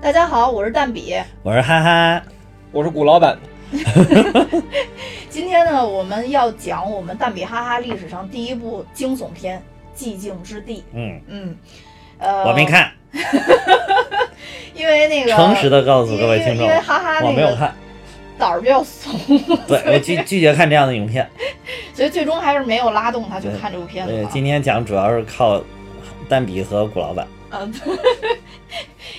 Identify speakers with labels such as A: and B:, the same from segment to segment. A: 大家好，我是蛋比。
B: 我是哈哈，
C: 我是古老板，
A: 今天呢，我们要讲我们蛋比哈哈历史上第一部惊悚片《寂静之地》。
B: 嗯，
A: 嗯，呃，
B: 我没，看，
A: 因为那个
B: 诚实的告
A: 因
B: 诉
A: 为
B: 各位听众
A: 因为，哈哈
B: 我
A: 那
B: 没有
A: 个
B: 看，
A: 胆儿比较怂，
B: 对我拒拒绝看这样的影片。
A: 所以最终还是没有拉动他去
B: 对
A: 看这部片子
B: 对，
A: 啊。
B: 今天讲主要是靠蛋比和古老板，
A: 嗯，对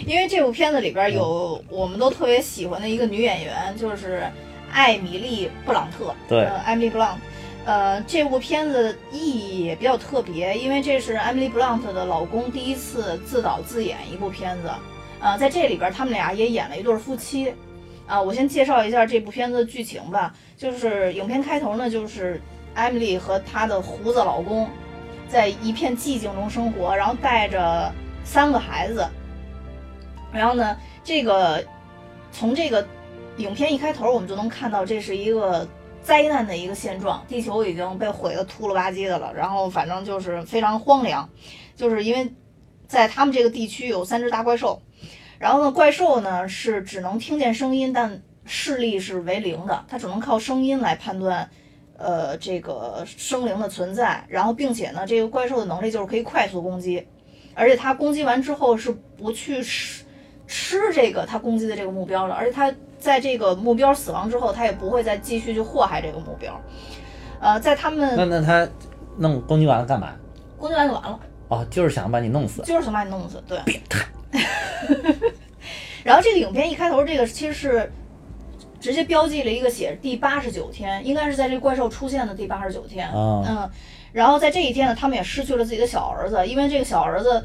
A: 因为这部片子里边有我们都特别喜欢的一个女演员，就是艾米丽·布朗特。
B: 对
A: 呃，艾米丽·布朗。呃，这部片子意义也比较特别，因为这是艾米丽·布朗特的老公第一次自导自演一部片子。呃，在这里边，他们俩也演了一对夫妻。啊、我先介绍一下这部片子的剧情吧。就是影片开头呢，就是艾米丽和她的胡子老公在一片寂静中生活，然后带着三个孩子。然后呢，这个从这个影片一开头，我们就能看到这是一个灾难的一个现状，地球已经被毁得秃了吧唧的了。然后反正就是非常荒凉，就是因为在他们这个地区有三只大怪兽，然后呢，怪兽呢是只能听见声音，但视力是为零的，它只能靠声音来判断。呃，这个生灵的存在，然后并且呢，这个怪兽的能力就是可以快速攻击，而且它攻击完之后是不去吃吃这个它攻击的这个目标的，而且它在这个目标死亡之后，它也不会再继续去祸害这个目标。呃，在他
B: 那
A: 们
B: 那他弄攻击完了干嘛？
A: 攻击完就完了，
B: 哦，就是想把你弄死。
A: 就是想把你弄死，对。变态。 然后这个影片一开头，这个其实是直接标记了一个写第八十九天，应该是在这怪兽出现的第八十九天。
B: 啊
A: 嗯，然后在这一天呢，他们也失去了自己的小儿子，因为这个小儿子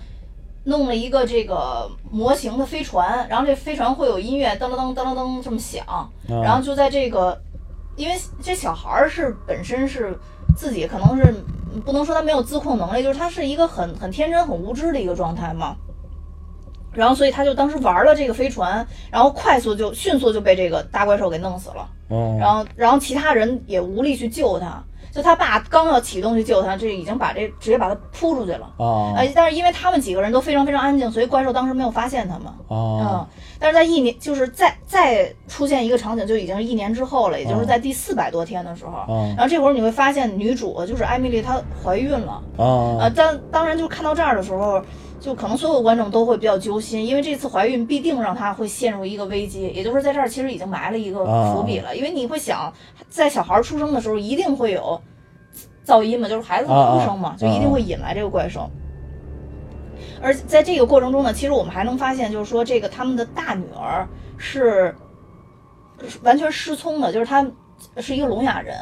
A: 弄了一个这个模型的飞船，然后这飞船会有音乐噔噔噔噔噔这么响，
B: 嗯
A: 然后就在这个，因为这小孩儿是本身是自己可能是嗯不能说他没有自控能力，就是他是一个很很天真、很无知的一个状态嘛。然后，所以他就当时玩了这个飞船，然后快速就迅速就被这个大怪兽给弄死了。
B: 嗯，
A: 然后然后其他人也无力去救他，就他爸刚要启动去救他，这已经把这直接把他扑出去了。
B: 哦
A: 呃，但是因为他们几个人都非常非常安静，所以怪兽当时没有发现他们。嗯
B: 哦，，
A: 但是在一年，就是再再出现一个场景，就已经是一年之后了，也就是在第四百多天的时候。
B: 哦
A: 然后这会儿你会发现，女主就是艾米丽，她怀孕了。
B: 哦，
A: 呃，但当然就是看到这儿的时候，就可能所有观众都会比较揪心，因为这次怀孕必定让她会陷入一个危机，也就是在这儿其实已经埋了一个
B: 啊
A: 伏笔了，因为你会想，在小孩出生的时候一定会有噪音嘛，就是孩子的哭声嘛，
B: 啊啊
A: 就一定会引来这个怪兽。而在这个过程中呢，其实我们还能发现，就是说这个他们的大女儿是是完全失聪的，就是她是一个聋哑人。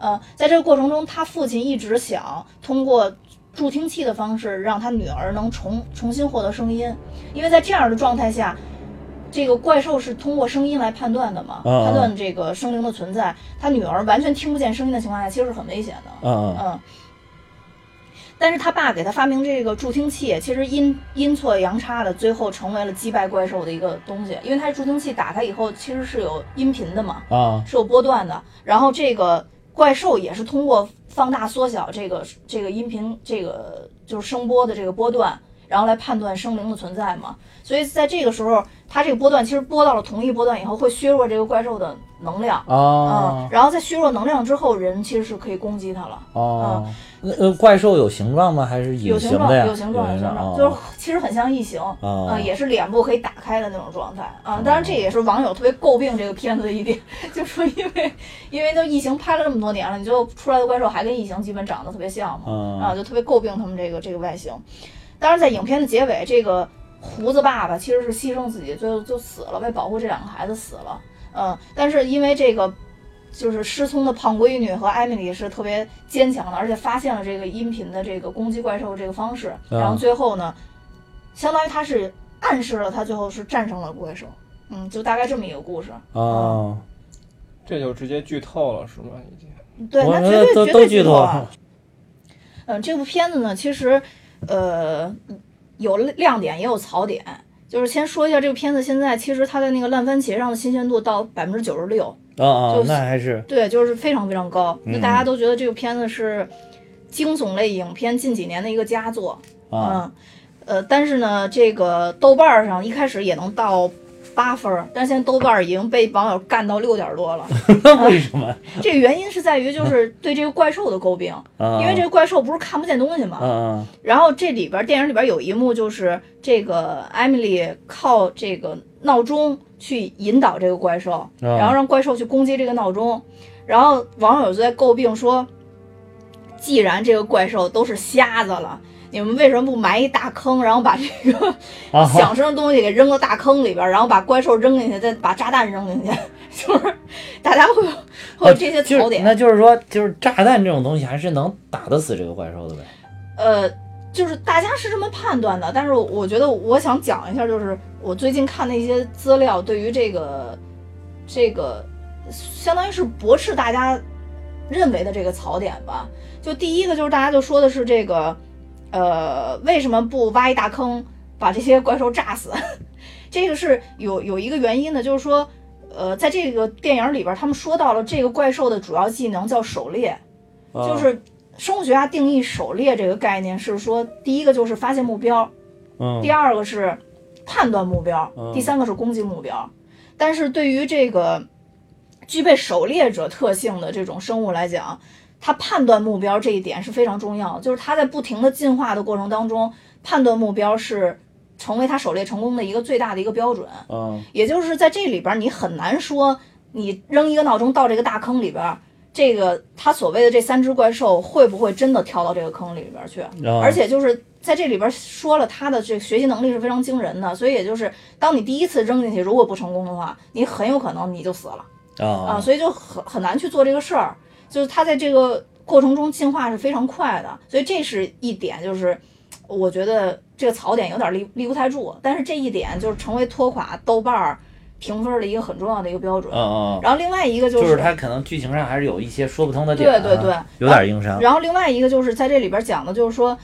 A: 呃，在这个过程中，他父亲一直想通过助听器的方式让他女儿能重重新获得声音，因为在这样的状态下，这个怪兽是通过声音来判断的嘛，
B: 嗯嗯
A: 判断这个生灵的存在。他女儿完全听不见声音的情况下，其实是很危险的。
B: 嗯
A: 嗯。但是他爸给他发明这个助听器，其实阴阴错阳差的，最后成为了击败怪兽的一个东西。因为他助听器打他以后，其实是有音频的嘛，
B: 啊
A: 是有波段的。然后这个怪兽也是通过放大缩小这个这个音频这个就是声波的这个波段，然后来判断生灵的存在嘛。所以在这个时候，它这个波段其实播到了同一波段以后，会削弱这个怪兽的能量。嗯
B: 哦，
A: 然后在削弱能量之后，人其实是可以攻击它了。
B: 哦，那呃，怪兽有形状吗？还是
A: 有
B: 隐
A: 形状，
B: 的呀？
A: 嗯有形状，有
B: 形
A: 形状，
B: 哦
A: 就是其实很像异形，
B: 哦
A: 呃，也是脸部可以打开的那种状态啊。当然，这也是网友特别诟病这个片子的一点， 就说因为因为都异形拍了这么多年了，你就出来的怪兽还跟异形基本长得特别像嘛，
B: 嗯
A: 啊，就特别诟病他们这个这个外形。当然，在影片的结尾，这个胡子爸爸其实是牺牲自己，最后就死了，为保护这两个孩子死了。嗯，但是因为这个就是失聪的胖闺女和艾米丽是特别坚强的，而且发现了这个音频的这个攻击怪兽这个方式，
B: 嗯
A: 然后最后呢，相当于她是暗示了她最后是战胜了怪兽。嗯，就大概这么一个故事。
B: 哦，
A: 嗯
C: 这就直接剧透了是吗？已经
A: 对，
B: 我
A: 那绝对
B: 那都
A: 绝
B: 都
A: 对
B: 剧
A: 剧
B: 透
A: 透啊。嗯，这部片子呢，其实呃有亮点也有槽点，就是先说一下这部片子现在其实它的那个烂番茄上的新鲜度到百分之九十六，
B: 哦哦
A: 就，是
B: 那还是
A: 对，就是非常非常高，就
B: 嗯
A: 大家都觉得这部片子是惊悚类影片近几年的一个佳作。
B: 啊
A: 嗯，呃，但是呢，这个豆瓣儿上一开始也能到八分儿，但是现在豆瓣儿已经被网友干到六点儿 多了。
B: 为什么？
A: 这个原因是在于就是对这个怪兽的诟病，
B: 啊，
A: 因为这个怪兽不是看不见东西嘛。
B: 啊
A: 然后这里边儿电影里边儿有一幕就是这个艾米丽靠这个闹钟去引导这个怪兽，
B: 啊，
A: 然后让怪兽去攻击这个闹钟，然后网友就在诟病说，既然这个怪兽都是瞎子了。你们为什么不埋一大坑，然后把这个
B: 啊
A: 响声的东西给扔到大坑里边儿，然后把怪兽扔进去，再把炸弹扔进去？ 就是大家会有会有这些
B: 啊就
A: 槽
B: 是
A: 点。
B: 那就是说，就是炸弹这种东西还是能打得死这个怪兽的呗。
A: 呃，就是大家是这么判断的，但是我觉得我想讲一下，就是我最近看的一些资料，对于这个这个，相当于是驳斥大家认为的这个槽点吧。就第一个就是大家就说的是这个，呃，为什么不挖一大坑把这些怪兽炸死？ 这个是有有一个原因的，就是说，呃，在这个电影里边，他们说到了这个怪兽的主要技能叫狩猎，就是生物学家定义狩猎这个概念是说，第一个就是发现目标，
B: 嗯
A: 第二个是判断目标
B: 嗯，
A: 第三个是攻击目标。但是对于这个具备狩猎者特性的这种生物来讲，它判断目标这一点是非常重要的，就是它在不停的进化的过程当中，判断目标是成为它狩猎成功的一个最大的一个标准。
B: 嗯
A: 也就是在这里边儿，你很难说你扔一个闹钟到这个大坑里边儿，这个他所谓的这三只怪兽会不会真的跳到这个坑里边儿去？
B: 啊
A: 而且就是在这里边儿说了，他的这学习能力是非常惊人的，所以也就是当你第一次扔进去，如果不成功的话，你很有可能你就死了啊，
B: 啊
A: 所以就很很难去做这个事儿。就是他在这个过程中进化是非常快的，所以这是一点，就是我觉得这个槽点有点立立不太住，但是这一点就是成为拖垮豆瓣儿评分的一个很重要的一个标准。
B: 啊啊，
A: 然后另外一个就
B: 就是
A: 是，
B: 它可能剧情上还是有一些说不通的点
A: 对
B: 啊，
A: 对对，
B: 有点硬伤。
A: 然后另外一个就是在这里边讲的，就是说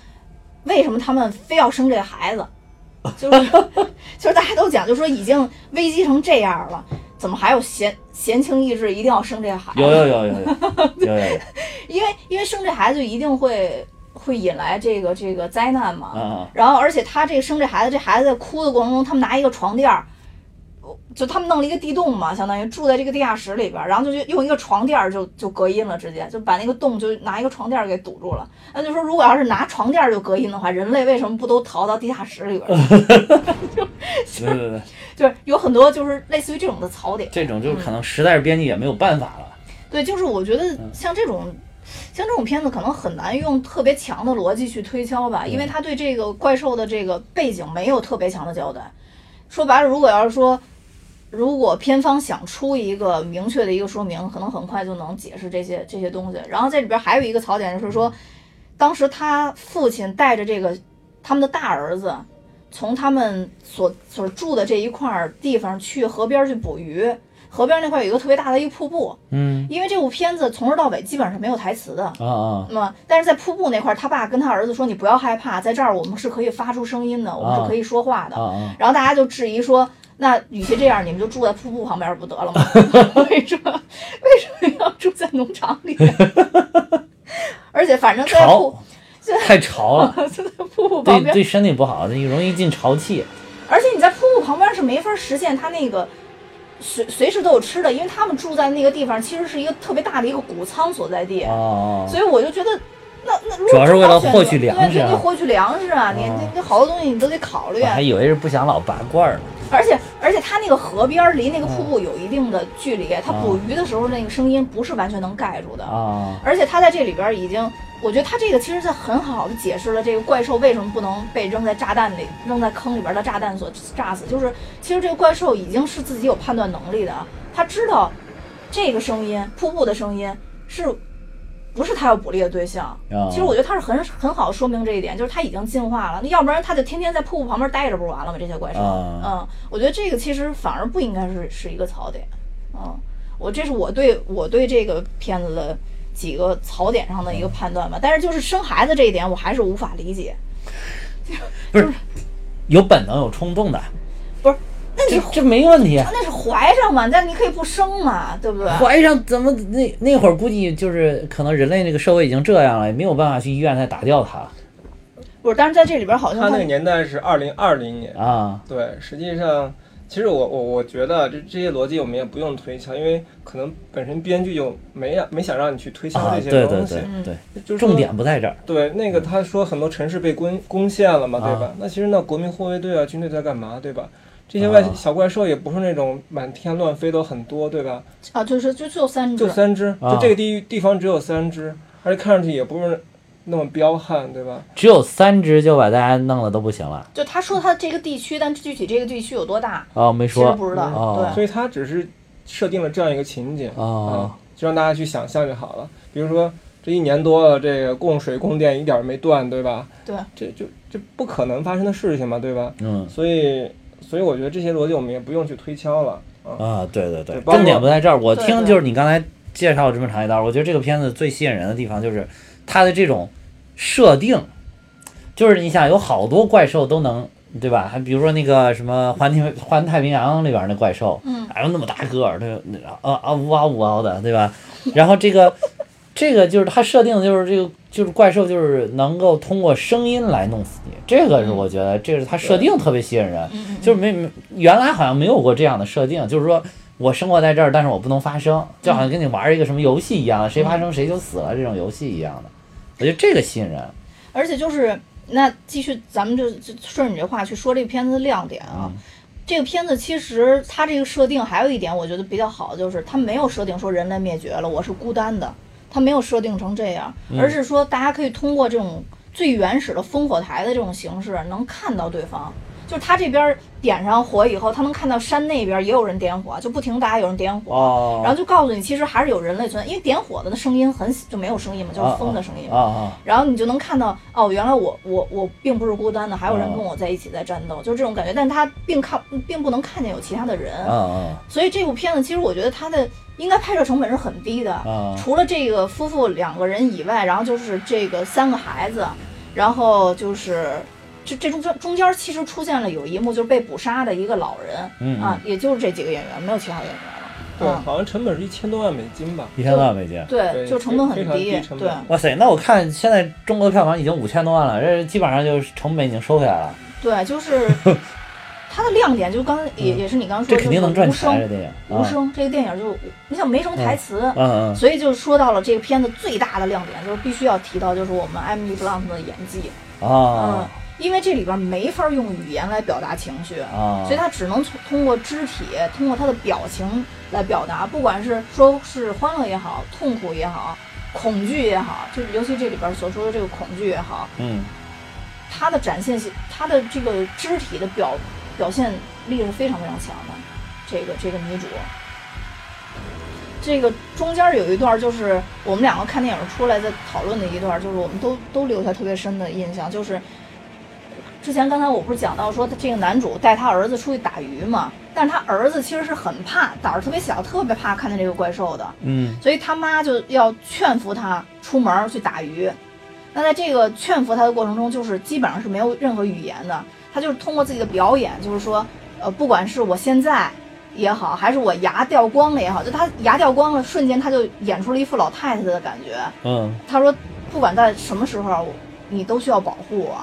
A: 为什么他们非要生这个孩子，就是 说就是大家都讲，就说已经危机成这样了，怎么还有闲闲情逸致一定要生这个孩子？
B: 有有有有有有有有
A: 因为因为生这孩子就一定会会引来这个这个灾难嘛。
B: 啊
A: 然后而且他这个生这孩子，这孩子在哭的过程中，他们拿一个床垫儿。就他们弄了一个地洞嘛，相当于住在这个地下室里边儿，然后就用一个床垫儿就就隔音了，直接就把那个洞就拿一个床垫儿给堵住了。那就说，如果要是拿床垫儿就隔音的话，人类为什么不都逃到地下室里边儿去？
B: 对对对，
A: 就是有很多就是类似于这种的槽点。
B: 这种就是可能实在是编辑也没有办法了。
A: 对，就是我觉得像这种，像这种片子可能很难用特别强的逻辑去推敲吧，因为他对这个怪兽的这个背景没有特别强的交代。说白了，如果要是说，如果片方想出一个明确的一个说明，可能很快就能解释这些这些东西。然后这里边还有一个槽点就是说，当时他父亲带着这个他们的大儿子。从他们所所住的这一块儿地方去河边儿去捕鱼，河边儿那块儿有一个特别大的一瀑布，
B: 嗯
A: 因为这部片子从头到尾基本上是没有台词的。
B: 啊啊
A: 那么，但是在瀑布那块儿，他爸跟他儿子说：“你不要害怕，在这儿我们是可以发出声音的，我们是可以说话的。
B: 啊啊，
A: 然后大家就质疑说：“那与其这样，你们就住在瀑布旁边不得了吗？ 为什么为什么要住在农场里？” 而且，反正在瀑
B: 潮，太潮 了，
A: 就在瀑布旁
B: 对
A: 边，
B: 对身体不好，这容易进潮气。
A: 而且你在瀑布旁边是没法实现他那个随随时都有吃的，因为他们住在那个地方其实是一个特别大的一个谷仓所在地。
B: 啊啊
A: 所以我就觉得，那那如果
B: 主要是为了获取
A: 这样
B: 粮食
A: 选择对，对
B: 啊哦
A: 你获取粮食啊，你
B: 嗯
A: 你你好多东西你都得考虑啊
B: 我，还以为是不想老拔罐儿呢。
A: 而且而且它那个河边儿离那个瀑布有一定的距离，
B: 哦
A: 它捕鱼的时候那个声音不是完全能盖住的，
B: 啊
A: 而且它在这里边儿已经。我觉得它这个其实是很好的解释了这个怪兽为什么不能被扔在炸弹里、扔在坑里边儿的炸弹所炸死。就是其实这个怪兽已经是自己有判断能力的，啊，它知道这个声音、瀑布的声音是不是它要捕猎的对象，
B: 啊！
A: 其实我觉得他是很很好说明这一点，就是他已经进化了，那要不然他就天天在瀑布旁边待着，不是完了吗？这些怪兽，
B: 啊
A: 嗯，我觉得这个其实反而不应该是是一个槽点，嗯，我这是我对我对这个片子的几个槽点上
C: 嗯
A: 的一个判断吧，但是就是生孩子这一点，我还是无法理解，
B: 不是有本能有冲动的，
A: 不是，那你
B: 这这没问题。啊
A: 那是怀上嘛，但你可以不生嘛，对不对？
B: 怀上怎么那那会儿估计就是可能人类那个社会已经这样了，也没有办法去医院再打掉它。
A: 不是，但是在这里边好像
C: 他那个年代是二零二零年，
B: 啊，
C: 对，实际上，其实我我我觉得这这些逻辑我们也不用推敲，因为可能本身编剧就没让没想让你去推敲
B: 啊，对
C: 这些
B: 对
C: 东西，
B: 对
A: 嗯
B: 对，
C: 就是说
B: 重点不在这儿，
C: 对那个他说很多城市被攻攻陷了嘛，对吧？
B: 啊
C: 那其实那国民护卫队啊、军队在干嘛，对吧？这些外
B: 啊
C: 小怪兽也不是那种满天乱飞都很多，对吧？
A: 啊，就是就就三只
C: 就，三只，
B: 啊
C: 就这个地域地方只有三只，而且看上去也不是那么彪悍，对吧？
B: 只有三只就把大家弄了都不行了。
A: 就他说他这个地区，但具体这个地区有多大，
B: 哦，没
A: 其实
B: 说
A: 不知道。
B: 哦
A: 对，
C: 所以他只是设定了这样一个情景，
B: 哦
C: 啊，就让大家去想象就好了。比如说这一年多了，这个供水供电一点儿没断，对吧？
A: 对，
C: 这就这不可能发生的事情嘛，对吧？
B: 嗯
C: 所以，所以我觉得这些逻辑我们也不用去推敲了啊。
B: 啊，对对
C: 对
B: 对，
C: 包括
B: 重点不在这儿。我
A: 对
B: 听
A: 对
B: 就是你刚才介绍这么长一道，我觉得这个片子最吸引人的地方就是它的这种设定，就是你想有好多怪兽都能。对吧？还比如说那个什么环天环太平洋里边那怪兽，
A: 嗯，
B: 哎呦那么大个儿，那那啊啊呜啊呜嗷的，对吧？然后这个这个就是它设定的就是这个就是怪兽就是能够通过声音来弄死你，这个是我觉得这是它设定特别吸引人，
A: 嗯
B: 就是没没原来好像没有过这样的设定，就是说我生活在这儿，但是我不能发声，就好像跟你玩一个什么游戏一样，谁发声谁就死了这种游戏一样的。我觉得这个吸引人
A: 而且就是那继续，咱们就就顺着你这话去说这个片子的亮点啊。
B: 嗯
A: 这个片子其实它这个设定还有一点我觉得比较好，就是它没有设定说人类灭绝了，我是孤单的，它没有设定成这样，
B: 嗯
A: 而是说大家可以通过这种最原始的烽火台的这种形式能看到对方。就是他这边点上火以后，他能看到山那边也有人点火，就不停大家有人点火，然
B: 哦
A: 后就告诉你其实还是有人类存在，因为点火的那声音很就没有声音嘛，就是风的声音嘛
B: 啊。啊
A: 然后你就能看到，哦，原来我我我并不是孤单的，还有人跟我在一起在战斗，就是这种感觉。但他并看并不能看见有其他的人，
B: 啊啊
A: 所以这部片子其实我觉得它的应该拍摄成本是很低的，
B: 啊
A: 除了这个夫妇两个人以外，然后就是这个三个孩子，然后就是这这中间中间其实出现了有一幕就是被捕杀的一个老人、
B: 嗯
A: 啊，也就是这几个演员，没有其他演员了。
C: 对，
A: 嗯
C: 好像成本是一千多万美金吧？
B: 一天到晚没见。
A: 对，
C: 对
A: 就成本很
C: 非常低成本
A: 对，
B: 哇塞，那我看现在中国的票房已经五千多万了，这基本上就是成本已经收回来了，
A: 对，就是 它的亮点，就刚也也是你刚刚说
B: 嗯这
A: 的，
B: 肯定能赚钱啊，这
A: 无声，
B: 电影。
A: 无
B: 啊
A: 声、这个电影就你想没什么台词，
B: 嗯嗯
A: 所以就说到了这个片子最大的亮点，就是必须要提到就是我们艾米丽布朗特的演技，嗯
B: 啊，
A: 因为这里边没法用语言来表达情绪。
B: 啊
A: 嗯所以他只能从通过肢体，通过他的表情来表达，不管是说是欢乐也好，痛苦也好，恐惧也好，就是尤其这里边所说的这个恐惧也好，
B: 嗯
A: 他的展现性，他的这个肢体的表表现力是非常非常强的。这个这个女主，这个中间有一段就是我们两个看电影出来在讨论的一段，就是我们都都留下特别深的印象，就是之前刚才我不是讲到说这个男主带他儿子出去打鱼嘛，但是他儿子其实是很怕，胆儿特别小，特别怕看见这个怪兽的。
B: 嗯
A: 所以他妈就要劝服他出门儿去打鱼。那在这个劝服他的过程中，就是基本上是没有任何语言的，他就是通过自己的表演，就是说，呃，不管是我现在也好，还是我牙掉光了也好，就他牙掉光了，瞬间他就演出了一副老太太的感觉。
B: 嗯
A: 他说，不管在什么时候，你都需要保护我。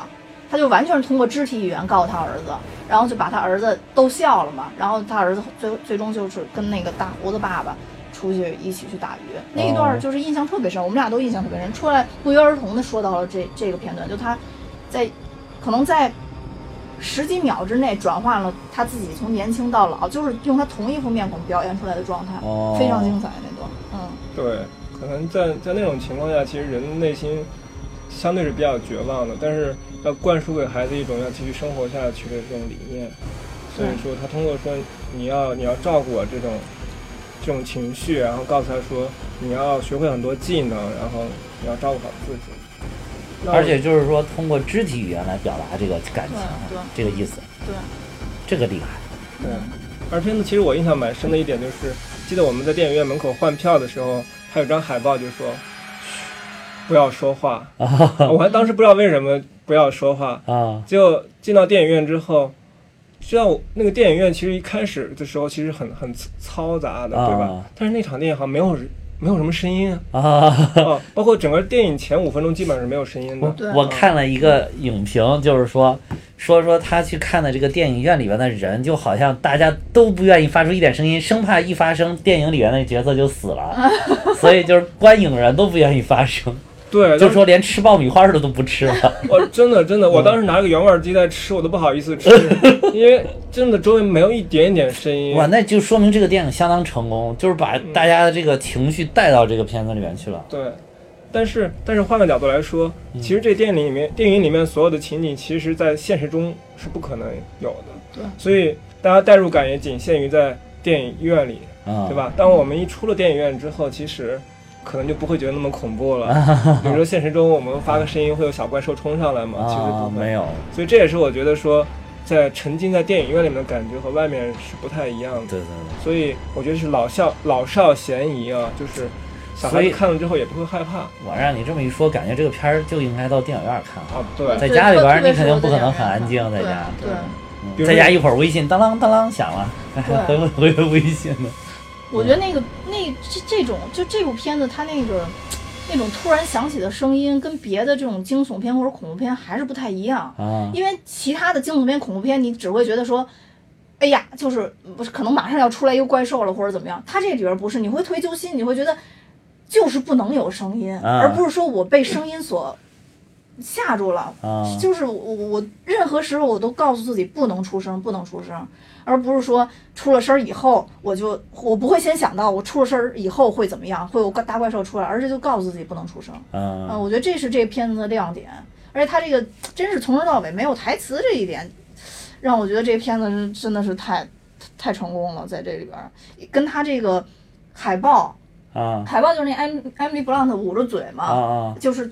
A: 他就完全是通过肢体语言告诉他儿子，然后就把他儿子逗笑了嘛。然后他儿子最最终就是跟那个大胡子爸爸出去一起去打鱼，那一段
B: 哦
A: 就是印象特别深，我们俩都印象特别深。出来不约而同的说到了这这个片段，就他在可能在十几秒之内转换了他自己从年轻到老，就是用他同一副面孔表演出来的状态，
B: 哦
A: 非常精彩那段。嗯，
C: 对，可能在在那种情况下，其实人内心相对是比较绝望的，但是要灌输给孩子一种要继续生活下去的这种理念。所以说，他通过说你要你要照顾我这种这种情绪，啊然后告诉他说你要学会很多技能，然后你要照顾好自己。那我
B: 而且就是说通过肢体语言来表达这个感情
A: 对对，
B: 这个意思，
A: 对。
B: 这个厉害。
C: 对，而片子其实我印象蛮深的一点就是，记得我们在电影院门口换票的时候，还有张海报就说，嘘不要说话。 我还当时不知道为什么不要说话，
B: 啊
C: 结果进到电影院之后，知道我那个电影院其实一开始的时候其实很很嘈杂的，对吧？
B: 啊
C: 但是那场电影好像没有没有什么声音 啊，
B: 啊。
C: 啊包括整个电影前五分钟基本上是没有声音的
B: 我。
A: 对
B: 我看了一个影评，就是说说说他去看的这个电影院里边的人，就好像大家都不愿意发出一点声音，生怕一发声，电影里面那角色就死了， 所以就是观影人都不愿意发声，
C: 对，
B: 就说嗯连吃爆米花的都不吃了。
C: 我真的真的，我当时拿个原味鸡在吃，我都不好意 思吃，因为真的周围没有一点点声音。
B: 哇，那就说明这个电影相当成功，就是把
C: 嗯
B: 大家的这个情绪带到这个片子里面去了。
C: 对，但是但是换个角度来说，
B: 嗯
C: 其实这电影里面电影里面所有的情景，其实在现实中是不可能有的。
A: 对
C: 所以大家代入感也仅限于在电影院里，
B: 嗯，
C: 对？吧？当我们一出了电影院之后，其实。可能就不会觉得那么恐怖 了。比如说，现实中我们发个声音会有小怪兽冲上来吗？其
B: 啊
C: 实，不会
B: 没。有，
C: 所以这也是我觉得说，在沉浸在电影院里面的感觉和外面是不太一样的。
B: 对对对。
C: 所以我觉得是老少老少咸宜啊，就是小
B: 所
C: 孩
B: 以
C: 子看了之后也不会害怕
B: 我让你这么一说，感觉这个片儿就应该到电影院看啊。
C: 啊。对，
B: 在家里边儿
A: 对
B: 你肯定不可能很安静
A: 对
B: 在家
A: 对，
C: 比如
B: 在
C: 说
B: 家一会儿微信当啷当啷响了，回
A: 对
B: 回回回微信呢。
A: 我觉得那个那这这种就这部片子，它那个那种突然响起的声音，跟别的这种惊悚片或者恐怖片还是不太一样。
B: 啊，
A: 因为其他的惊悚片、恐怖片，你只会觉得说，哎呀，就是不是可能马上要出来一个怪兽了，或者怎么样。它这里边不是，你会推揪心，你会觉得就是不能有声音，
B: 啊
A: 而不是说我被声音所吓住了。
B: 啊
A: 就是我我任何时候我都告诉自己不能出声，不能出声，而不是说出了声儿以后我就我不会先想到我出了声儿以后会怎么样，会有个大怪兽出来，而是就告诉自己不能出声。嗯、
B: 嗯，
A: 我觉得这是这片子的亮点，而且它这个真是从头到尾没有台词这一点，让我觉得这片子是真的是太太成功了，在这里边儿跟它这个海报，
B: 啊
A: 海报就是那艾艾米丽布朗特捂着嘴嘛，
B: 啊啊，
A: 就是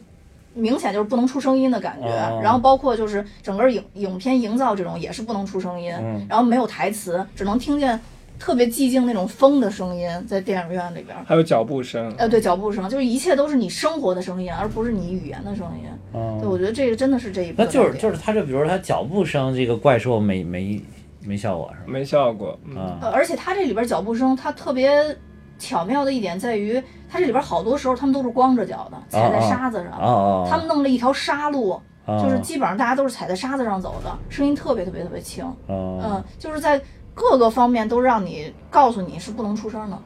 A: 明显就是不能出声音的感觉，
B: 哦
A: 然后包括就是整个影影片营造这种也是不能出声音，
B: 嗯
A: 然后没有台词，只能听见特别寂静那种风的声音在电影院里边儿。
C: 还有脚步声，
A: 呃，对，脚步声，就是一切都是你生活的声音，而不是你语言的声音。
B: 嗯
A: 哦对，我觉得这个真的是这一部
B: 那
A: 分亮点。
B: 就是就是他这，比如说他脚步声，这个怪兽没没没效果是
C: 没效果。嗯
B: 吧？啊
A: 呃，而且它这里边脚步声，它特别巧妙的一点在于，它这里边好多时候他们都是光着脚的，踩在
B: 哦哦
A: 沙子上。
B: 哦
A: 他们
B: 哦
A: 弄了一条沙路，
B: 哦，
A: 就是基本上大家都是踩在沙子上走的，声音特别特别特别轻。
B: 嗯
A: 嗯，就是在各个方面都让你告诉你是不能出声的。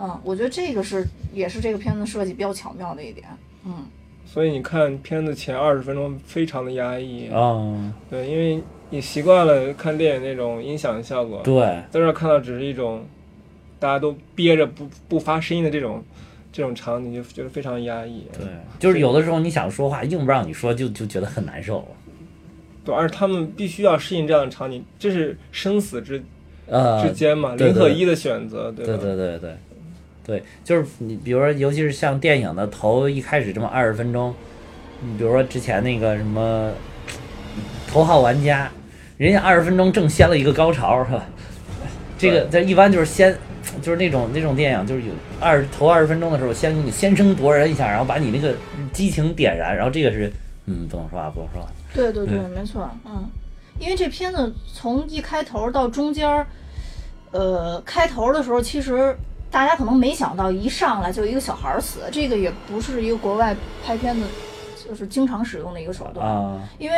A: 嗯，我觉得这个是也是这个片子设计比较巧妙的一点。嗯，
C: 所以你看片子前二十分钟非常的压抑，
B: 嗯，
C: 对，因为你习惯了看电影那种音响效果，
B: 对，
C: 在这儿看到只是一种大家都憋着不不发声音的这种这种场景，就觉得非常压抑。
B: 对，就是有的时候你想说话，硬不让你说，就就觉得很难受了。
C: 对，而且他们必须要适应这样的场景，这是生死之
B: 呃，
C: 之间嘛，
B: 对
C: 零和
B: 对
C: 一的选择，对吧？
B: 对对对对，对，就是你，比如说，尤其是像电影的头一开始这么二十分钟，你比如说之前那个什么《头号玩家》，人家二十分钟正掀了一个高潮，是吧？这个这一般就是先，就是那种那种电影，就是有二头二十分钟的时候，先给你先声夺人一下，然后把你那个激情点燃，然后这个是，嗯，不能说话，不能说话，
A: 对对对，
B: 嗯
A: 没错，嗯，因为这片子从一开头到中间儿，呃，开头的时候其实大家可能没想到，一上来就一个小孩儿死，这个也不是一个国外拍片子就是经常使用的一个手段，
B: 啊，
A: 因为。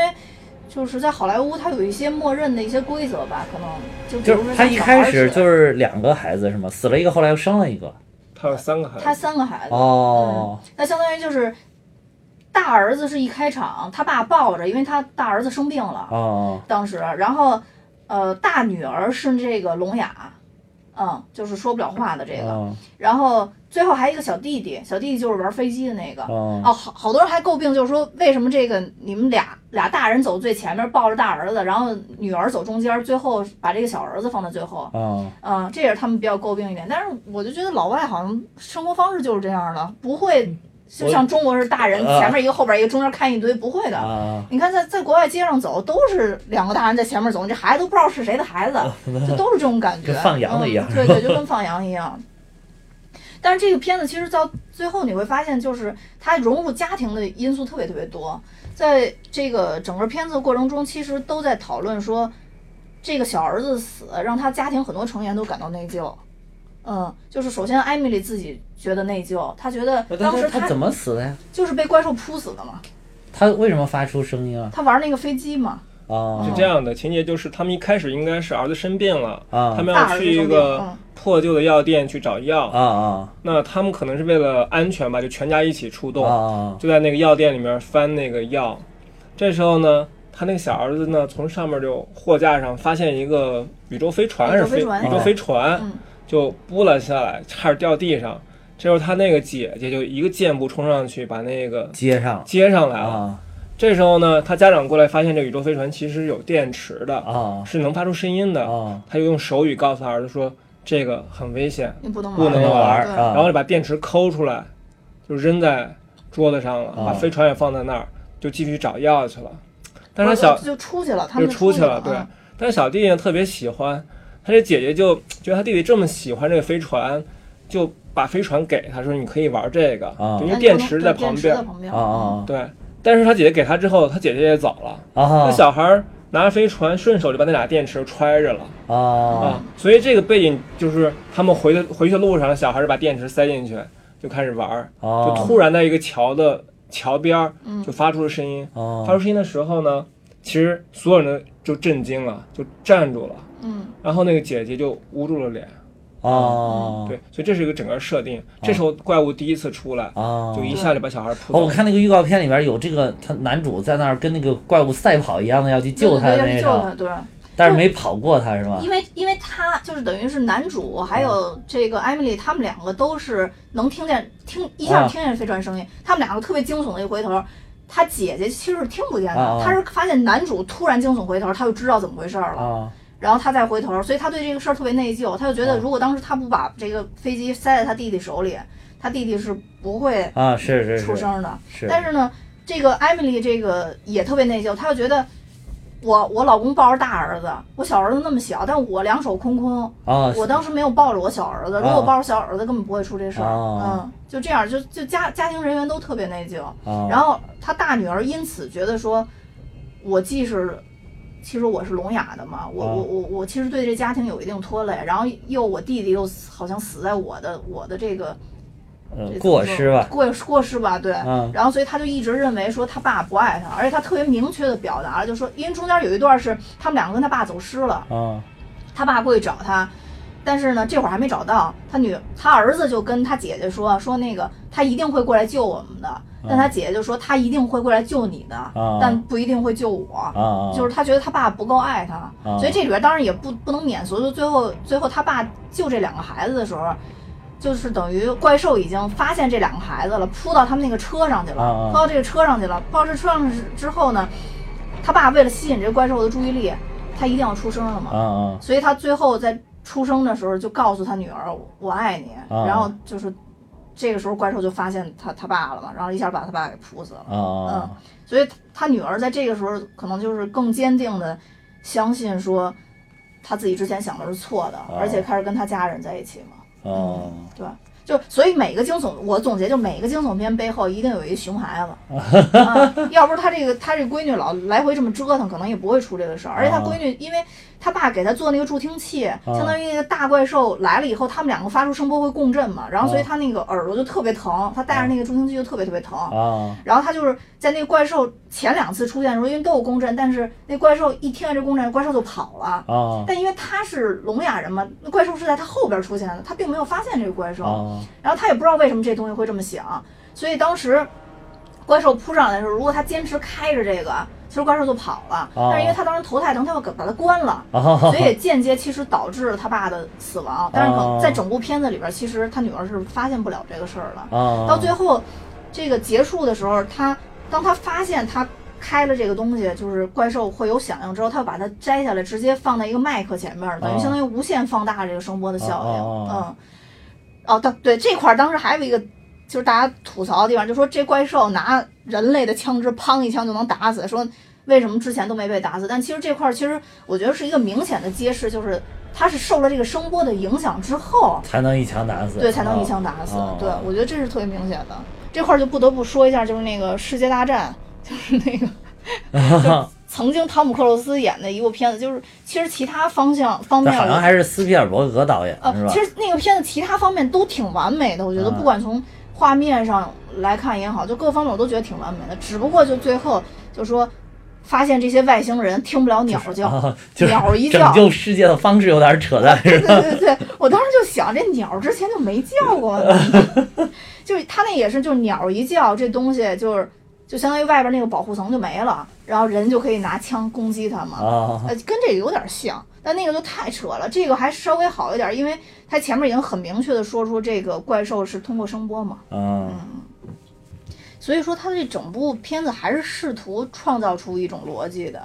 A: 就是在好莱坞，它有一些默认的一些规则吧，可能就比
B: 就
A: 如
B: 是
A: 说
B: 他
A: 像
B: 一
A: 小孩儿
B: 开始
A: 死
B: 就是两个孩子是吗？死了一个，后来又生了一个，
C: 他有三个孩子，
A: 他三个孩子，
B: 哦，
A: 那相当于就是大儿子是一开场，他爸抱着，因为他大儿子生病了，
B: 哦，
A: 当时，然后呃，大女儿是这个聋哑，嗯，就是说不了话的这个，
B: 哦，
A: 然后最后还有一个小弟弟，小弟弟就是玩飞机的那个。
B: 哦，
A: 哦，好好多人还诟病，就是说为什么这个你们俩俩大人走最前面，抱着大儿子，然后女儿走中间，最后把这个小儿子放在最后，
B: 哦，
A: 嗯，这也是他们比较诟病一点。但是我就觉得老外好像生活方式就是这样的，不会就像中国是大人
B: 嗯我
A: 前面一个后边一个，中间看一堆，不会的。
B: 啊，
A: 你看在，在国外街上走，都是两个大人在前面走，你这孩子都不知道是谁的 孩子，就都是这种感觉，
B: 跟放羊的一样
A: 嗯对对，就跟放羊一样。但是这个片子其实到最后你会发现，就是它融入家庭的因素特别特别多，在这个整个片子的过程中，其实都在讨论说，这个小儿子死让他家庭很多成员都感到内疚，嗯，就是首先艾米丽自己觉得内疚，她觉得
B: 不是
A: 当时
B: 他
A: 她
B: 他怎么死的呀？
A: 就是被怪兽扑死的嘛，
B: 他为什么发出声音啊？
A: 她玩那个飞机嘛，
B: 啊
C: 是这样的，情节就是他们一开始应该是儿子生病了，
B: 啊
C: 他们
A: 大
C: 要
A: 儿子
C: 去一
A: 生病
C: 个
A: 嗯
C: 破旧的药店去找药，
B: 啊啊
C: 那他们可能是为了安全吧，就全家一起出动，
B: 啊！
C: 就在那个药店里面翻那个药。这时候呢，他那个小儿子呢，从上面就货架上发现一个宇宙飞船，还是
A: 宇
C: 飞
A: 宙飞船
C: 宇宙飞船，
A: 嗯
C: 就拨了下来，差点掉地上。这时候他那个姐姐就一个箭步冲上去，把那个
B: 接上
C: 接上来了。
B: 啊
C: 这时候呢，他家长过来发现这宇宙飞船其实有电池的，
B: 啊
C: 是能发出声音的。
B: 啊！
C: 他就用手语告诉他儿子说：“这个很危险，
A: 你不能
C: 不能
A: 玩
C: 玩
B: 玩
A: 对
B: 啊！
C: 然后就把电池抠出来，就扔在桌子上了，
B: 啊
C: 把飞船也放在那儿，就继续找药去了。但是
A: 我
C: 他小
A: 就就出去了，他
C: 就
A: 们
C: 出去
A: 去
C: 了，对
A: 嗯。
C: 但是小弟呢特别喜欢，他这姐姐就觉得他弟弟这么喜欢这个飞船，就把飞船给他说：“你可以玩这个，
B: 啊
C: 就
A: 哎你
C: 因为
A: 不能
C: 电池在
A: 对电
C: 旁
A: 池
C: 边
A: 在。旁边
B: 啊啊
C: 对，但是他姐姐给他之后，他姐姐也走了。那
B: 啊
C: 小孩儿拿着飞船，顺手就把那俩电池揣着了。
B: 啊
C: 啊！所以这个背景就是他们回的回去的路上，小孩儿把电池塞进去，就开始玩儿，就
B: 啊！
C: 突然在一个桥的桥边儿
A: 嗯
C: 就发出了声音。
B: 啊
C: 发出声音的时候呢，其实所有人就震惊了，就站住了，
A: 嗯，
C: 然后那个姐姐就捂住了脸。
B: 啊！
C: 对，所以这是一个整个设定。这时候怪物第一次出来，
B: 啊！
C: 就一下就把小孩儿扑
B: 哦，我
C: 倒。
B: 看那个预告片里边有这个，他男主在那儿跟那个怪物赛跑一样的要去救他
A: 对对
B: 的
A: 对
B: 那
A: 要去救
B: 个，啊
A: 他，对。
B: 但是没跑过他是吧？
A: 因为因为他就是等于是男
B: 啊
A: 主还有这个艾米丽，他们两个都是能听见听一下
B: 啊
A: 就听见飞船声音，他们两个特别惊悚的一回头，他姐姐其实是听不见
B: 啊
A: 的
B: 啊，
A: 他是发现男主突然惊悚回头，他就知道怎么回事儿了，
B: 啊
A: 然后他再回头，所以他对这个事儿特别内疚，他就觉
B: 啊
A: 得如果当时他不把这个飞机塞在他弟弟手里，他弟弟是不会
B: 啊！是是
A: 出
B: 是
A: 声的。
B: 是
A: 但是呢，这个艾米丽这个也特别内疚，她就觉得我我老公抱着大儿子，我小儿子那么小，但我两手空空，
B: 啊！
A: 我当时没有抱着我小儿子，如果我抱着小儿子，根本不会出这事儿。
B: 哦
A: 嗯，就这样，就就家家庭人员都特别内疚。
B: 啊
A: 然后她大女儿因此觉得说，我既是。其实我是聋哑的嘛，我
B: 哦
A: 我我我其实对这家庭有一定拖累，然后又我弟弟又好像死在我的我的这个
B: 呃过失吧，
A: 过过失吧，对，
B: 嗯
A: 然后所以他就一直认为说他爸不爱他，而且他特别明确的表达了，就说因为中间有一段是他们两个跟他爸走失了，
B: 啊
A: 他爸过去找他，但是呢这会儿还没找到，他女他儿子就跟他姐姐说说那个他一定会过来救我们的，但他姐姐就说他一定会过来救你的，
B: 嗯啊
A: 但不一定会救我，
B: 啊啊！
A: 就是他觉得他爸不够爱他，
B: 啊
A: 所以这里边当然也不不能免俗。就最后最后他爸救这两个孩子的时候，就是等于怪兽已经发现这两个孩子了，扑到他们那个车上去了，
B: 啊啊
A: 扑到这个车上去了，扑到这车上之后呢，他爸为了吸引这怪兽的注意力，他一定要出声了嘛，
B: 啊啊
A: 所以他最后在出生的时候就告诉他女儿“我爱你”，
B: 啊
A: 然后就是这个时候怪兽就发现他他爸了嘛，然后一下把他爸给扑死了。
B: 啊啊！
A: 所以他女儿在这个时候可能就是更坚定的相信说，他自己之前想的是错的，而且开始跟他家人在一起嘛，
B: 哦，
A: 对吧？就所以每个惊悚，我总结就每个惊悚片背后一定有一熊孩子，啊、要不是他这个他这闺女老来回这么折腾，可能也不会出这个事儿。而且他闺女，因为他爸给他做那个助听器，相当于那个大怪兽来了以后，他们两个发出声波会共振嘛，然后所以他那个耳朵就特别疼，他戴着那个助听器就特别特别疼。
B: 啊
A: 然后他就是在那个怪兽前两次出现的时候，因为都有共振，但是那怪兽一听见这共振，怪兽就跑了。
B: 啊
A: 但因为他是聋哑人嘛，那怪兽是在他后边出现的，他并没有发现这个怪兽，
B: 啊
A: 然后他也不知道为什么这东西会这么响，所以当时怪兽扑上来的时候，如果他坚持开着这个，其实怪兽就跑了。但是因为他当时头太疼，他要给把它关了，
B: 啊
A: 所以也间接其实导致了他爸的死亡。但是可能在整部片子里边，其实他女儿是发现不了这个事儿的。
B: 啊！
A: 到最后这个结束的时候，他当他发现他开了这个东西，就是怪兽会有响应之后，他把它摘下来，直接放在一个麦克前面儿，等于
B: 哦
A: 相当于无限放大这个声波的效应。
B: 哦哦哦
A: 嗯，哦，对对，这块儿当时还有一个。就是大家吐槽的地方，就说这怪兽拿人类的枪支，砰一枪就能打死，说为什么之前都没被打死？但其实这块儿，其实我觉得是一个明显的揭示，就是它是受了这个声波的影响之后，
B: 才能一枪打死，
A: 对，才能一枪打死。
B: 哦
A: 对，我觉得这是特别明显的。 这块儿就不得不说一下，就是那个世界大战，就是那个就曾经汤姆克鲁斯演的一部片子，就是其实其他方向方面
B: 但好像还是斯皮尔伯格导演
A: 呃
B: 是，吧
A: 其？实那个片子其他方面都挺完美的，我觉得
B: 嗯
A: 不管从画面上来看也好，就各方面我都觉得挺完美的。只不过就最后就说发现这些外星人听不了鸟 叫，
B: 啊，就是
A: 鸟一叫
B: 拯救世界的方式有点扯淡，是吧？
A: 对对对，对，我当时就想，这鸟之前就没叫过呢，就是它那也是，就是鸟一叫，这东西就是就相当于外边那个保护层就没了，然后人就可以拿枪攻击它嘛，
B: 啊，
A: 呃，跟这个有点像，但那个就太扯了，这个还稍微好一点，因为它前面已经很明确的说出这个怪兽是通过声波嘛，
B: 嗯，
A: 所以说它这整部片子还是试图创造出一种逻辑的，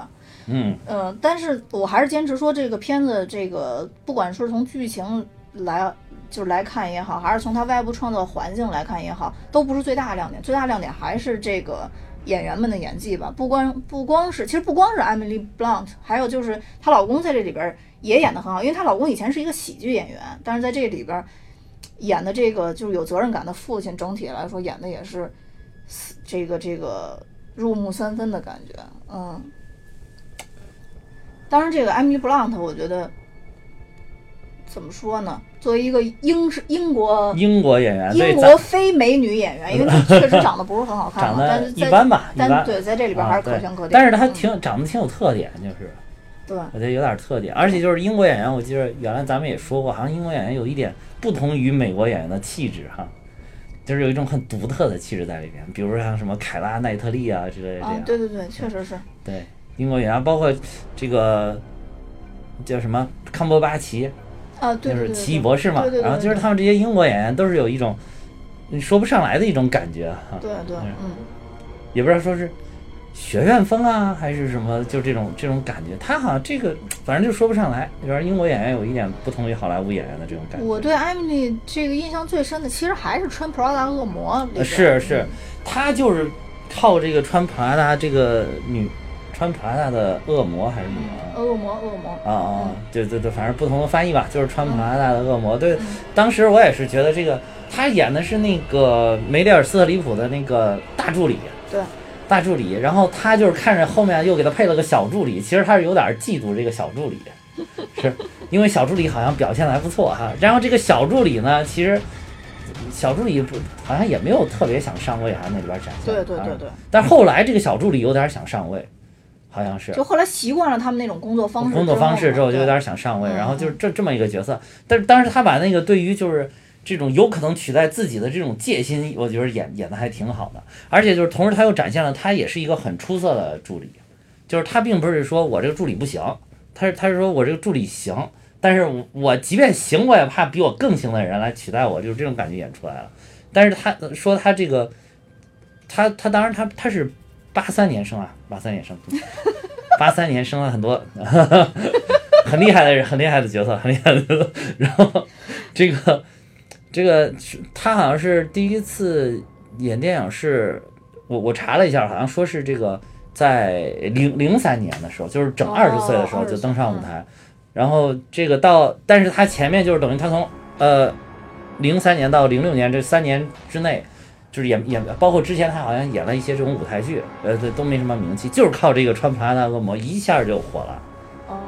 B: 嗯，
A: 嗯，但是我还是坚持说，这个片子这个不管是从剧情来就是来看也好，还是从它外部创造环境来看也好，都不是最大的亮点。最大的亮点还是这个演员们的演技吧。不光不光是，其实不光是 Emily Blunt，还有就是她老公在这里边儿也演得很好，因为她老公以前是一个喜剧演员，但是在这里边儿演的这个就是有责任感的父亲，整体来说演的也是这个这个入木三分的感觉，嗯。当然，这个 Emily Blunt，我觉得怎么说呢？作为一个英式英国
B: 英国演员
A: 英
B: 对，
A: 国
B: 咱
A: 非美女演员，因 为她确实长得不是很好看
B: 长
A: 嘛，但
B: 得
A: 是
B: 一
A: 在
B: 般吧，一般
A: 但。对在这里边还是可圈可点。
B: 啊对但是他
A: 嗯
B: 挺长得挺有特点，就是
A: 对，啊
B: 我觉得有点特点，而且就是英国演员，我记得原来咱们也说过，好像英国演员有一点不同于美国演员的气质哈，就是有一种很独特的气质在里边，比如说像什么凯拉奈特利啊之类的这
A: 啊
B: 样，，
A: 对对对，确实是，
B: 对，英国演员包括这个叫什么康伯巴奇，
A: 啊，对
B: 就
A: 对对，
B: 是奇异博士嘛
A: 对对，对
B: 然后就是他们这些英国演员都是有一种你说不上来的一种感觉哈，
A: 对对，
B: 嗯
A: 嗯，
B: 也不知道说是学院风啊，还是什么，就这种这种感觉。他好像这个，反正就说不上来。反正英国演员有一点不同于好莱坞演员的这种感觉。
A: 我对 Emily 这个印象最深的，其实还是穿 Prada 恶魔里边，
B: 呃是是，他就是靠这个穿普拉达这个女，穿普拉达的恶魔还是女啊？
A: 嗯恶魔恶魔，
B: 啊啊，对对对，反正不同的翻译吧，就是穿普拉达的恶魔。对，当时我也是觉得这个，他演的是那个梅丽尔·斯特里普的那个大助理。
A: 对，
B: 大助理，然后他就是看着后面又给他配了个小助理，其实他是有点嫉妒这个小 助理，是因为小助理好像表现的还不错哈。然后这个小助理呢，其实小助理不好像也没有特别想上位哈，啊那里边展现。
A: 对对对
B: 啊
A: 对。
B: 但后来这个小助理有点想上位，好像是
A: 就后来习惯了他们那种工作方式，
B: 工作方式之后就有
A: 对
B: 点想上位，
A: 嗯
B: 然后就是这这么一个角色。但是当时他把那个对于就是这种有可能取代自己的这种戒心，我觉得演演的还挺好的。而且就是同时他又展现了他也是一个很出色的助理，就是他并不是说我这个助理不行，他是他是说我这个助理行，但是我我即便行，我也怕比我更行的人来取代我，就是这种感觉演出来了。但是他说他这个，他他当然他他是八三年生啊，八三年生，八三年生了很多很厉害的人，很厉害的角色，很厉害的角色。然后这个这个是他好像是第一次演电影是，我我查了一下，好像说是这个在零零三年的时候，就是整
A: 哦
B: 二十嗯岁的时候
A: 20
B: 就登上舞台。然后这个到，但是他前面就是等于他从呃零三年到零六年这三年之内，就是演演，包括之前他好像演了一些这种舞台剧，呃，对，都没什么名气，就是靠这个《穿普拉达恶魔》一下就火了，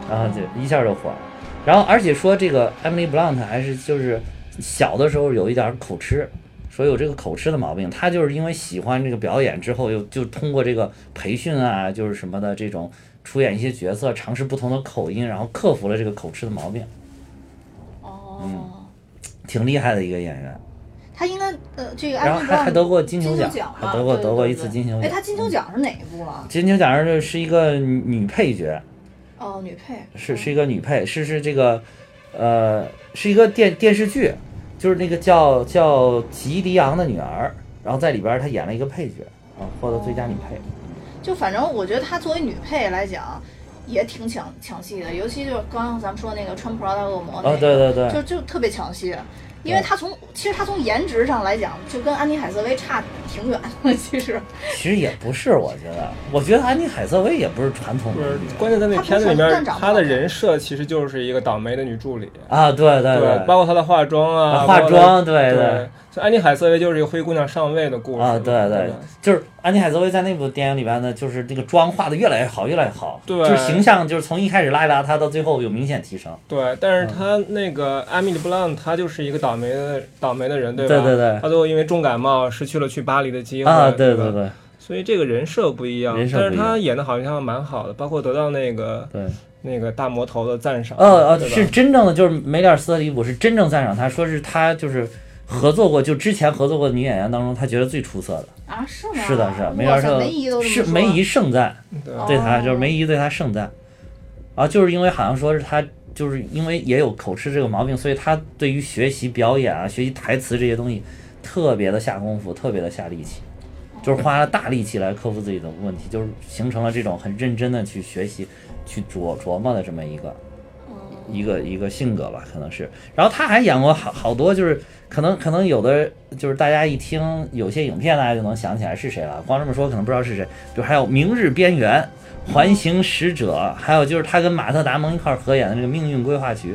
B: 然后
A: 哦，
B: 就一下就火了。然后而且说这个 Emily Blunt 还是就是小的时候有一点口吃，说有这个口吃的毛病，她就是因为喜欢这个表演之后，又就通过这个培训啊，就是什么的这种出演一些角色，尝试不同的口音，然后克服了这个口吃的毛病，
A: 哦，
B: 嗯挺厉害的一个演员。
A: 他应该呃，这个
B: 然后
A: Emily
B: 还还
A: Blunt
B: 得过金
A: 金
B: 球
A: 奖
B: 奖，
A: 嘛
B: 还得过
A: 对
B: 得过
A: 对
B: 一次
A: 对
B: 金球
A: 哎，
B: 奖。嗯
A: 他金球奖是哪一部啊？
B: 金球奖是是一个女女配角，
A: 哦，女配
B: 是是一个女配，是是这个，呃，是一个电电视剧，就是那个叫叫吉迪昂的女儿，然后在里边儿她演了一个配角，啊，获得最佳女配。
A: 就反正我觉得她作为女配来讲，也挺抢抢戏的，尤其就是刚刚咱们说那个穿 Prada 恶魔哦那
B: 啊，
A: 个，
B: 对对对，
A: 就就特别抢戏，因为
B: 对
A: 她从其实她从颜值上来讲，就跟安妮海瑟薇差挺远的，其实
B: 其实也不是，我觉得，我觉得安妮海瑟薇也不是传统
C: 不
B: 的
C: 是
B: 女，
C: 关键在那
A: 她
C: 片子里
A: 不是
C: 面，
A: 站长吗
C: 她的人设其实就是一个倒霉的女助理，
B: 啊，对对
C: 包括她的化妆啊，
B: 化
C: 包括她
B: 妆对
C: 对
B: 对，
C: 像安妮海瑟薇就是一个灰姑娘上位的故事
B: 啊对对
C: 吧
B: 就是安妮海瑟薇在那部电影里边呢，就是这个妆画的越来越好，越来越好，
C: 对
B: 就是形象就是从一开始邋里邋遢到最后有明显提升，
C: 对，但
B: 嗯
C: 是她那个艾米丽·布朗，她就是一个倒霉的倒霉的人，对
B: 对
C: 吧？
B: 对对，
C: 她最后因为重感冒失去了去巴黎的机会
B: 啊对
C: 吧
B: 对对
C: 所以这个人设不一样，
B: 人设不一样
C: 但是她演的好像蛮好的，包括得到那个
B: 对，
C: 那个大魔头的赞赏，
B: 呃呃
C: 嗯对吧
B: 是真正的就是梅丽尔·斯特里普是真正赞赏她，说是她就是合作过就之前合作过的女演员当中，她觉得最出色的。
D: 啊，是吗？
B: 是的，是的，梅
D: 哇
B: 尔
D: 塞
B: 特
D: 梅姨都这么
B: 是
D: 说
B: 梅姨盛赞
C: 对
D: 哦
B: 对他，就是梅姨对他盛赞，啊，就是因为好像说是他，就是因为也有口吃这个毛病，所以他对于学习表演啊、学习台词这些东西特别的下功夫，特别的下力气，
D: 哦
B: 就是花了大力气来克服自己的问题，就是形成了这种很认真的去学习、去琢琢磨的这么一个一个一个性格吧，可能是。然后他还演过好好多，就是可能可能有的就是大家一听有些影片，大家就能想起来是谁了。光这么说可能不知道是谁，比如还有《明日边缘》《环形使者》，还有就是他跟马特·达蒙一块儿合演的这个《命运规划局》，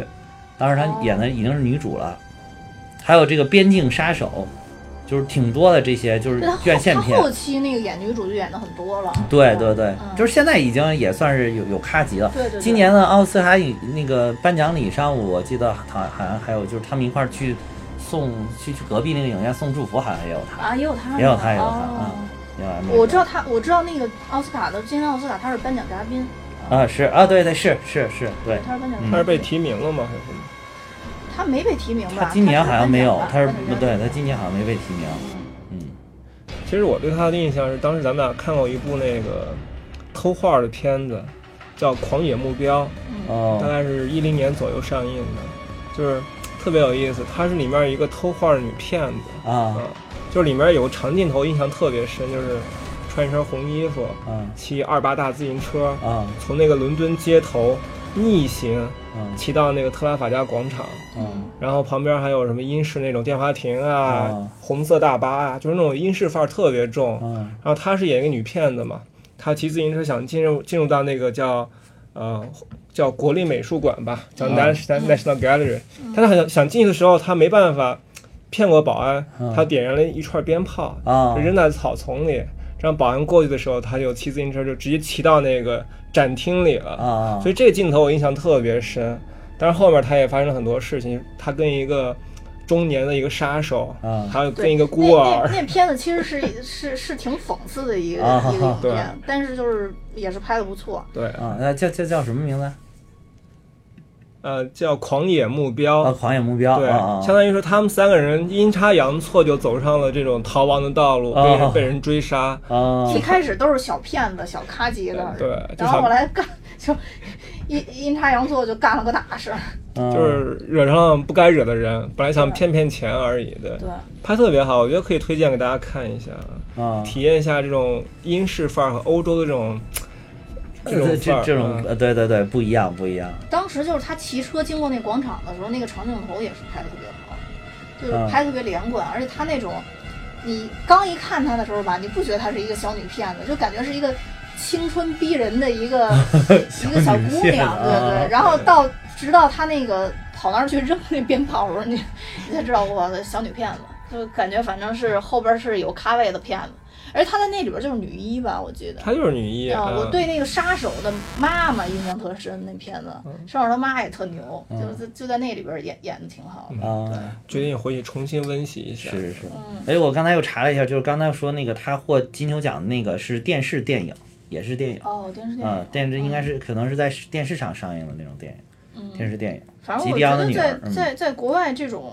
B: 当时他演的已经是女主了。还有这个《边境杀手》，就是挺多的这些就是
A: 对他
B: 院线
A: 后
B: 片
A: 哦他。后期那个演女主就演的很多了。
B: 对
A: 嗯
B: 对对，
A: 嗯
B: 就是现在已经也算是有有咖级了。
A: 对对对
B: 今年的奥斯卡影那个颁奖礼上，我记得好好像还有就是他们一块儿去送去去隔壁那个影院送祝福，好像也有他，
A: 啊，也有他，
B: 也有他，也有他，
A: 哦
B: 嗯，另外那个
A: 我知道他，我知道那个奥斯卡的今年奥斯卡他是颁奖嘉宾，
B: 啊，是啊，对对是是是，对，
A: 他是颁奖嘉
B: 嗯
A: 宾，
C: 她是被提名了吗？还是什么？
A: 他没被提名吧？
B: 他今年好像没有，他
A: 他
B: 是
A: 只
B: 不
A: 颁奖吧
B: 对，他今年好像没被提名，嗯，
C: 其实我对他的印象是，当时咱们俩看过一部那个偷画的片子，叫《狂野目标》，大
B: 哦，
C: 概是一零年左右上映的，就是特别有意思。她是里面一个偷画的女骗子，
B: 啊
C: 啊，就是里面有个长镜头印象特别深，就是穿一身红衣服，
B: 啊
C: 骑二八大自行车，
B: 啊
C: 从那个伦敦街头逆行
B: 嗯
C: 骑到那个特拉法加广场，
B: 嗯
C: 然后旁边还有什么英式那种电话亭啊、
B: 啊
C: 红色大巴啊，就是那种英式范儿特别重。
B: 嗯
C: 然后她是演一个女骗子嘛，她骑自行车想进入进入到那个叫呃叫国立美术馆吧，叫
B: 嗯
C: National National Gallery，、但她想想进去的时候，她没办法骗过保安，
B: 嗯
C: 她点燃了一串鞭炮，
B: 啊
C: 就扔在草丛里。让保安过去的时候，她就骑自行车就直接骑到那个展厅里了。
B: 啊，
C: 所以这个镜头我印象特别深。但是后面他也发生了很多事情，他跟一个中年的一个杀手，
B: 啊
C: 还有
A: 对
C: 跟一个孤
A: 那
C: 儿，
A: 那那片子其实是 是是挺讽刺的一个
B: 啊
A: 一个影
C: 对
A: 片，但是就是也是拍的不错。
C: 对，
B: 啊，那叫叫叫什么名字？
C: 呃，叫狂野目标。
B: 啊，狂野目标
C: 哦对，
B: 啊
C: 相当于说他们三个人阴差阳错就走上了这种逃亡的道路，被
B: 啊
C: 人被人追杀。
B: 啊啊
A: 一开始都是小骗子、小咖级的，
C: 对就
A: 然后
C: 想
A: 后来干 就阴阴差阳错就干了个大事儿，
B: 嗯
C: 就是惹上了不该惹的人，本来想骗骗钱而已的，
A: 对，
C: 拍特别好，我觉得可以推荐给大家看一下，
B: 啊。
C: 体验一下这种英式范儿和欧洲的这种这种
B: 呃这
C: 范儿。
B: 这种
C: 嗯
B: 呃，对对对，不一样不一样。
A: 当时就是他骑车经过那广场的时候，那个长镜头也是拍的特别好，就是
B: 嗯
A: 拍得特别连贯，而且他那种，你刚一看他的时候吧，你不觉得她是一个小女骗子，就感觉是一个青春逼人的一 个一个小
B: 女
A: 姑
B: 骗
A: 娘，
B: 子
A: 对
B: 啊
A: 对。然后到直到他那个跑那儿去扔那鞭炮的时候，你你才知道我的小女骗子，就感觉反正是后边是有咖位的骗子，而且他在那里边就是女一吧，我记得。
C: 她就是女一，
A: 啊，我
C: 嗯
A: 对那个杀手的妈妈印象特深，那片子
B: 嗯
A: 杀手他妈也特牛，就是在就在那里边演演的挺好的。
B: 啊，
C: 决定回去重新温习一下。
B: 是是是。
A: 嗯
B: 哎，我刚才又查了一下，就是刚才说那个他获金球奖的那个是电视电影，也是电影
A: 哦，电视电
B: 啊
A: 影，，嗯
B: 电视应该是可能是在电视上上映的那种电影，电视电影。
A: 反正
B: 吉
A: 我
B: 迪
A: 觉
B: 昂的
A: 得
B: 女
A: 在
B: 儿，嗯，
A: 在在国外这种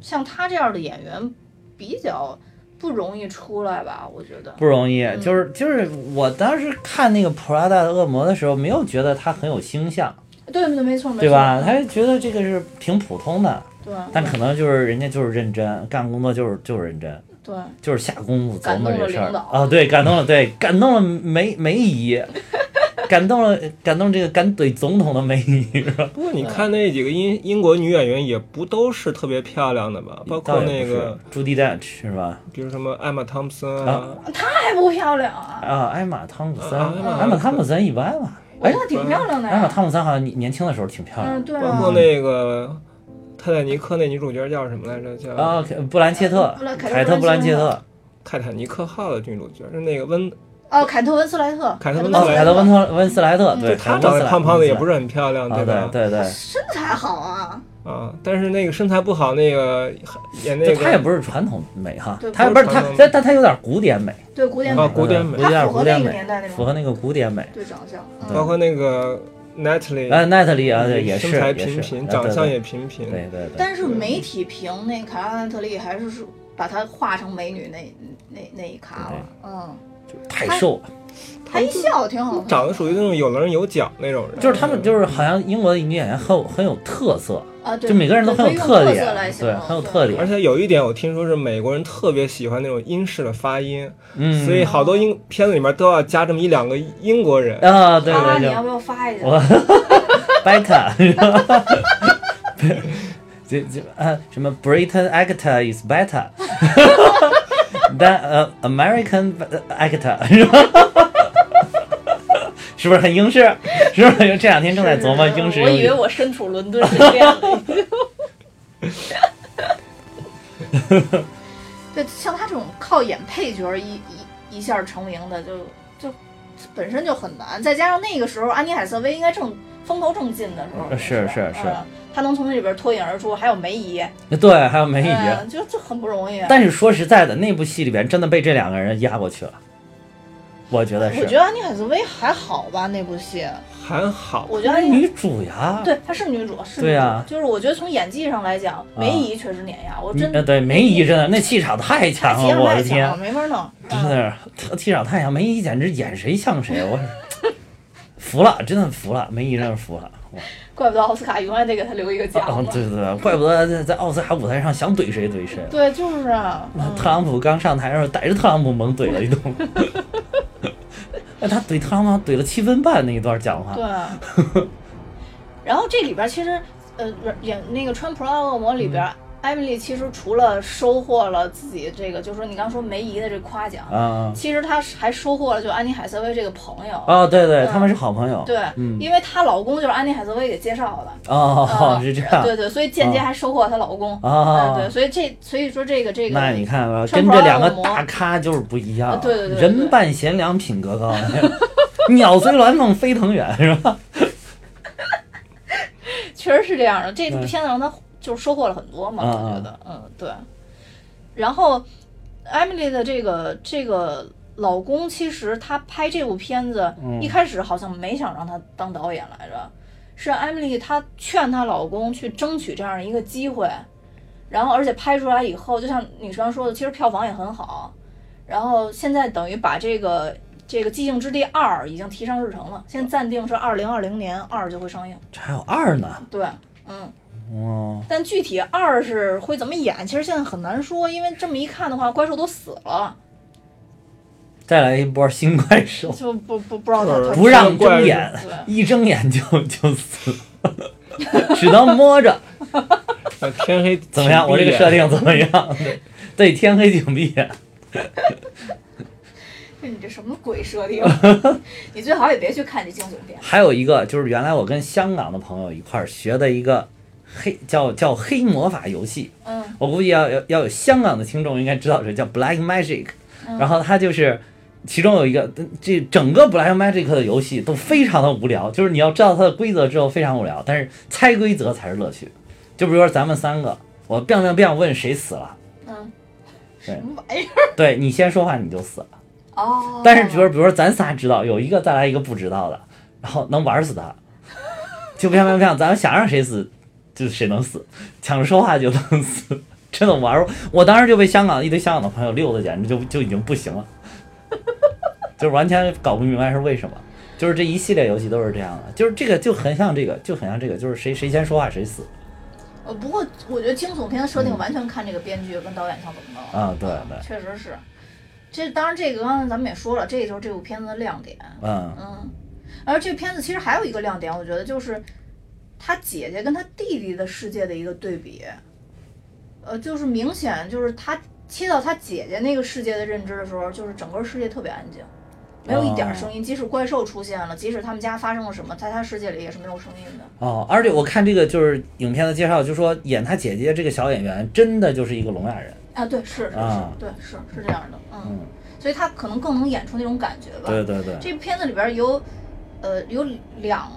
A: 像他这样的演员比较不容易出来吧，我觉得。
B: 不容易。
A: 嗯
B: 就是就是我当时看那个《普拉达的恶魔》的时候，没有觉得他很有星象，
A: 对对，没错没错，
B: 对吧？他就觉得这个是挺普通的，
A: 对
B: 但可能就是人家就是认真干工作，就是就是认真。
A: 对，
B: 就是下功夫琢磨这事
A: 感动了
B: 儿
A: 领导
B: 啊，对，感动了，对，感动了梅梅姨，感动了，感动这个敢怼总统的梅姨，是吧
C: 不过你看那几个英英国女演员也不都是特别漂亮的吧，包括
B: 倒也
C: 那
B: 不是
C: 个，
B: 朱迪丹是吧？
C: 比如什么艾玛汤普森
B: 啊
C: 啊，
A: 太不漂亮啊！
B: 啊，艾玛汤姆森，
C: 啊艾玛
B: 艾玛汤姆森一般吧，
A: 我
B: 哎
A: 觉，得挺漂亮的
B: 艾玛
A: 呀。
B: 汤姆森好像年年轻的时候挺漂亮
A: 啊嗯，
B: 的，
A: 对
C: 包括
A: 啊，
C: 那个泰坦尼克》那女主角叫什么来着？叫
B: 啊，凯布兰切特
A: 布兰，凯特
B: 凯特布兰切特，
C: 泰坦尼克号》的女主角是那个温，
A: 哦，凯特温斯莱特，
C: 凯特温斯
B: 哦，
C: 莱
B: 凯特温特啊温斯莱特，对，
C: 就她嗯长得胖胖的，也不
B: 是，
C: 是很漂亮，
B: 啊，
C: 吧？
B: 对对对，
A: 身材好啊，
C: 啊，但是那个身材不好，那个演那
B: 就她也
C: 个
B: 不是传统美哈
A: 对，
B: 她
C: 不
B: 不
C: 是
B: 是
C: 传
B: 她
C: 统，美
B: 但但她有点古典美，
A: 对古典
C: 啊
A: 美
C: 古典美
B: 有点
A: 她符合
B: 古典
A: 那个
B: 美
A: 年代那，种
B: 符合那个古典美。
A: 对长相，
B: 对
A: 嗯，
C: 包括那个 Natalie，
B: 啊，奈特利啊，对，
C: 嗯
B: 也是，
C: 身材
B: 也
C: 平
B: 是，
C: 平，
B: 啊
C: 长相，也
B: 对
C: 平平，
B: 对对对对，
A: 但是媒体评那凯拉奈特利还是说把她画成美女那那那一咖了，嗯，
B: 太瘦了，
A: 她一笑挺好看，
C: 长得属于那种有棱有角那种人，
B: 就是他们就是好像英国的女演员很有很有特色，
A: 啊，对，
B: 就每个人都很
A: 可以
B: 有
A: 用
B: 特
A: 色
B: 点
A: 来，形
B: 对，
A: 容
B: 很有特点
C: 而，且有一点，我听说是美国人特别喜欢那种英式的发音，
B: 嗯，
C: 所以好多英片子里面都要加这么一两个英国人。
B: 啊，对
A: 啊，
B: 对
A: 你
B: 对
A: 要，不要发一下？
B: 我 白卡， 这这啊什么 Britain actor is better than a American actor 是吧？是不是很英式？ 是不是？这两天正在琢磨英式
A: 我
B: 英
A: 以
B: 语
A: 为。我身处伦敦是这样的。对，像他这种靠演配角儿一一一下成名的就，就本身就很难，再加上那个时候安妮海瑟薇应该正风头正劲的时候，
B: 呃是
A: 是
B: 是是
A: 嗯她能从那里边脱颖而出，还有梅姨，
B: 对，还有梅姨。
A: 嗯，就就很不容易。
B: 但是说实在的，那部戏里边真的被这两个人压过去了，我觉得
A: 我觉
B: 是
A: 得安妮海瑟薇还好吧，那部戏，
C: 还好，
A: 我觉得安妮
B: 哎女主呀。
A: 对她是女主，是女
B: 对
A: 主
B: 啊
A: 就是我觉得从演技上来讲，梅姨确实碾压，我
B: 你
A: 真
B: 呃，对，梅姨真的那气场太
A: 太
B: 强
A: 气
B: 了，
A: 了，
B: 我
A: 太
B: 的
A: 强
B: 天
A: 了，！没法弄。嗯
B: 真的是气场太强，梅姨简直演谁像谁，我服了，真的服了，梅姨真是服了。我
A: 怪不得奥斯卡永远得给他留一个奖
B: 哦
A: 呢。，
B: 对对对，怪不得在在奥斯卡舞台上想怼谁怼谁。
A: 对，就是 啊，嗯
B: 特朗普刚上台的时候，逮着特朗普猛怼了一 顿。 哎，他怼特朗普怼了七分半那一段讲话
A: 对。啊。然后这里边其实，呃，演那个《穿 Prada 恶魔》里边，
B: 嗯
A: 艾米丽其实除了收获了自己这个，就是说你刚说梅姨的这夸奖，
B: 啊
A: 其实她是还收获了就安妮海瑟薇这个朋友。
B: 啊，对对，
A: 嗯
B: 他们是好朋友。
A: 对，
B: 嗯
A: 因为她老公就是安妮海瑟薇给介绍的。
B: 哦
A: 啊，
B: 是这样
A: 对。对，所以间
B: 啊
A: 接还收获了她老公。
B: 哦
A: 嗯对，所以这所以说这个这个，
B: 那你看吧，
A: 穿
B: 跟
A: 普
B: 这
A: 拉
B: 两个
A: 恶魔
B: 大咖就是不一样。
A: 啊对对对对
B: 人伴贤良品格高， 鸟随鸾凤飞腾远，是吧？
A: 确实是这样的。这部
B: 嗯
A: 片子让他就是收获了很多嘛，
B: 嗯
A: 我觉得，嗯，对。然后艾米丽的这个这个老公，其实他拍这部片子、
B: 嗯
A: 一开始好像没想让他当导演来着，是艾米丽她劝她老公去争取这样一个机会，然后而且拍出来以后，就像你刚说的，其实票房也很好。然后现在等于把这个这个《寂静之地二》已经提上日程了，现在暂定是二零二零年二就会上映。
B: 这还有二呢，
A: 对，嗯，
B: 哦，
A: 但具体二是会怎么演，其实现在很难说，因为这么一看的话，怪兽都死了，
B: 再来一波新怪兽，
A: 就不不不知道他
C: 是
A: 他
B: 不让睁眼
A: 对，
B: 一睁眼就就死了， 只能摸着。
C: 呃天黑
B: 怎么样？我这个设定怎么样？ 对，天黑请闭眼。
A: 这你这什么鬼设 定？你最好也别去看这惊悚片。
B: 还有一个就是原来我跟香港的朋友一块儿学的一个黑叫叫黑魔法游戏，
A: 嗯
B: 我估计要要要有香港的听众应该知道这叫 Black Magic，然后它就是其中有一个这整个 Black Magic 的游戏都非常的无聊，就是你要知道它的规则之后非常无聊，但是猜规则才是乐趣。就比如说咱们三个，我 biang biang biang 问谁死了，
A: 嗯，
B: 对
A: 什么玩意儿？
B: 对你先说话你就死了。
A: 哦，
B: 但是比如说比如说咱仨知道，有一个再来一个不知道的，然后能玩死他，就 biang biang biang，咱们想让谁死就谁能死，抢着说话就能死。真的玩儿，我当时就被香港一堆香港的朋友溜的，简直就就已经不行了，就是完全搞不明白是为什么。就是这一系列游戏都是这样的，就是这个就很像这个，就很像这个，就是谁谁先说话谁死
A: 呃，不过我觉得惊悚片的设
B: 嗯
A: 定完全看这个编剧跟导演想怎么弄。
B: 啊，对对，
A: 确实是，这当然这个刚才咱们也说了，这就是这部片子的亮点。
B: 嗯
A: 嗯，而这片子其实还有一个亮点，我觉得就是他姐姐跟他弟弟的世界的一个对比，呃，就是明显就是他切到他姐姐那个世界的认知的时候，就是整个世界特别安静，没有一点
B: 哦
A: 声音。即使怪兽出现了，即使他们家发生了什么，在他世界里也是没有声音的。
B: 哦，而且我看这个就是影片的介绍，就说演他姐姐这个小演员真的就是一个聋哑人。
A: 啊，对，是是是，
B: 啊
A: 对，是是这样的，嗯，
B: 嗯，
A: 所以他可能更能演出那种感觉吧。
B: 对对对，
A: 这片子里边有，呃，有两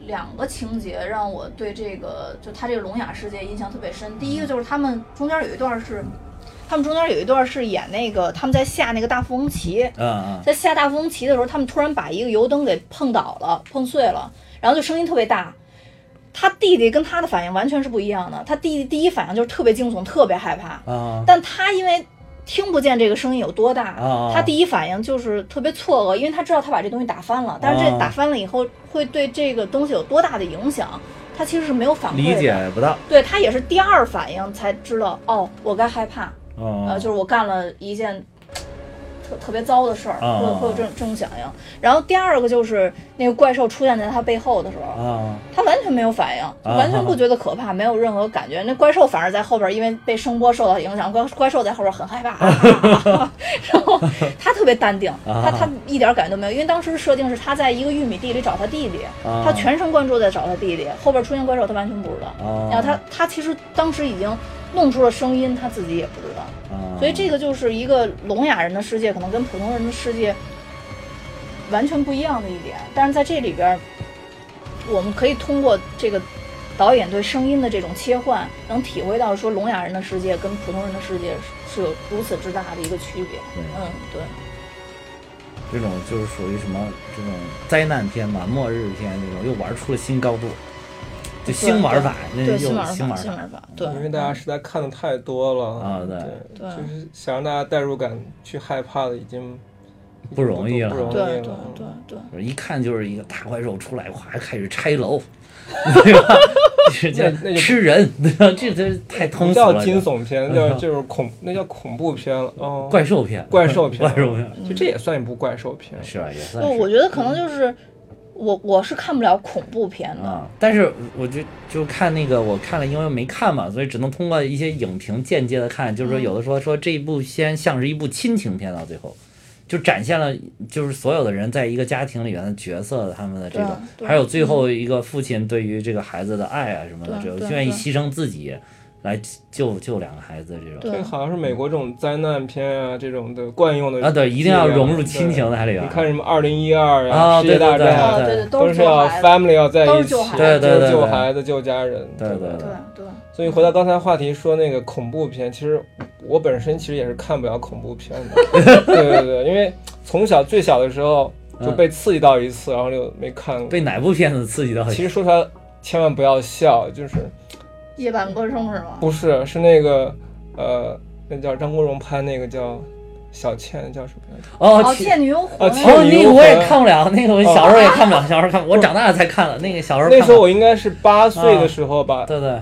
A: 两个情节让我对这个就他这个聋哑世界印象特别深。第一个就是他们中间有一段是，他们中间有一段是演那个他们在下那个大富翁棋，
B: 嗯
A: 在下大富翁棋的时候，他们突然把一个油灯给碰倒了、碰碎了，然后就声音特别大。他弟弟跟他的反应完全是不一样的，他弟弟第一反应就是特别惊悚、特别害怕，
B: 嗯啊
A: 但他因为听不见这个声音有多大，
B: 啊
A: 他第一反应就是特别错愕，因为他知道他把这东西打翻了，但是
B: 啊
A: 这打翻了以后会对这个东西有多大的影响，他其实是没有反馈的
B: 理解。不到，
A: 对他也是第二反应才知道，哦，我该害怕，
B: 嗯，
A: 呃，就是我干了一件特特别糟的事儿，
B: 啊
A: 会会有这种这种响应。然后第二个就是那个怪兽出现在他背后的时候，
B: 啊
A: 他完全没有反应，就
B: 啊
A: 完全不觉得可怕，没有任何感觉。那怪兽反而在后边，因为被声波受到影响，怪怪兽在后边很害怕， 然后他特别淡定，
B: 啊
A: 他他一点感觉都没有，因为当时设定是他在一个玉米地里找他弟弟，
B: 啊
A: 他全神贯注在找他弟弟，后边出现怪兽他完全不知道。
B: 啊，
A: 然后他他其实当时已经弄出了声音，他自己也不知道。
B: 啊，
A: 所以这个就是一个聋哑人的世界，可能跟普通人的世界完全不一样的一点。但是在这里边儿，我们可以通过这个导演对声音的这种切换，能体会到说聋哑人的世界跟普通人的世界是是有如此之大的一个区别。
B: 对
A: 嗯，对，
B: 这种就是属于什么这种灾难片吧，末日片这种，又玩出了新高度，就新玩法，那
A: 对
B: 又
A: 新玩法，
B: 新玩
A: 新
B: 法
A: 玩法，对，嗯
C: 因为大家实在看的太多了
B: 啊对
A: 对
C: 就是想让大家代入感去害怕的已经
B: 不容易了
C: 不容易
A: 对
C: 了，嗯
A: 对对对。
B: 就是一看就是一个大怪兽出来，哗开始拆 楼，对吧？就是这
C: 那那 就
B: 吃人，对吧？这这太通
C: 不
B: 俗
C: 叫
B: 了，
C: 惊
B: 这
C: 悚片， 叫就是恐，那叫恐怖片了。哦，
B: 怪兽片，
C: 怪兽片
B: 怪兽片，
C: 其实这也算一部怪兽片。
B: 是啊，也算。
A: 嗯就是我觉得可能就是我我是看不了恐怖片的，
B: 啊，但是我就就看那个，我看了，因为没看嘛，所以只能通过一些影评间接的看，就
A: 嗯
B: 是说有的说说这一部片像是一部亲情片，到最后就展现了就是所有的人在一个家庭里面的角色，他们的这
A: 对啊
B: 种，
A: 对
B: 还有最后一个父亲对于这个孩子的爱啊什么的，
A: 对
B: 这种
A: 对
B: 愿意
A: 对
B: 牺牲自己来救救两个孩子这种
A: 对
C: 这个好像是美国这种灾难片啊，这种的惯用的
B: 啊，对，一定要融入亲
C: 对
B: 情在里
C: 你
B: 边。
C: 看什么二零一二
B: 啊
C: 啊，世界大
B: 对
C: 战
A: 啊，
C: 啊，
B: 对
A: 对
B: 对
A: 对，
C: 都
A: 是
C: 是要
A: 孩子，
C: family 要在
A: 都
C: 一
A: 是
C: 起，
A: 救孩子
B: 对对
C: 就是
B: 对
C: 救
B: 对
C: 孩子、救家人，
B: 对对
C: 吧
A: 对对。
C: 所以回到刚才话题说那个恐怖片，其实我本身其实也是看不了恐怖片 的。对对对，因为从小最小的时候就被刺激到一次，然后就没看过。
B: 嗯被哪部片子刺激到？
C: 其实说出来千万不要笑，就是
A: 夜半歌声是吗？
C: 不是是那个呃，那叫张国荣拍那个叫小倩叫什么来着？
B: 哦，
A: 哦，
B: 其
A: 倩女幽魂
C: 啊倩
B: 哦，那个我也
C: 女巫
B: 看不了，那个我小时候也看不了，小时候看不，我长大了才看了。那个小时候嗯看
C: 哦那时候
B: 不了
C: 我应该是八岁的时候吧，
B: 对对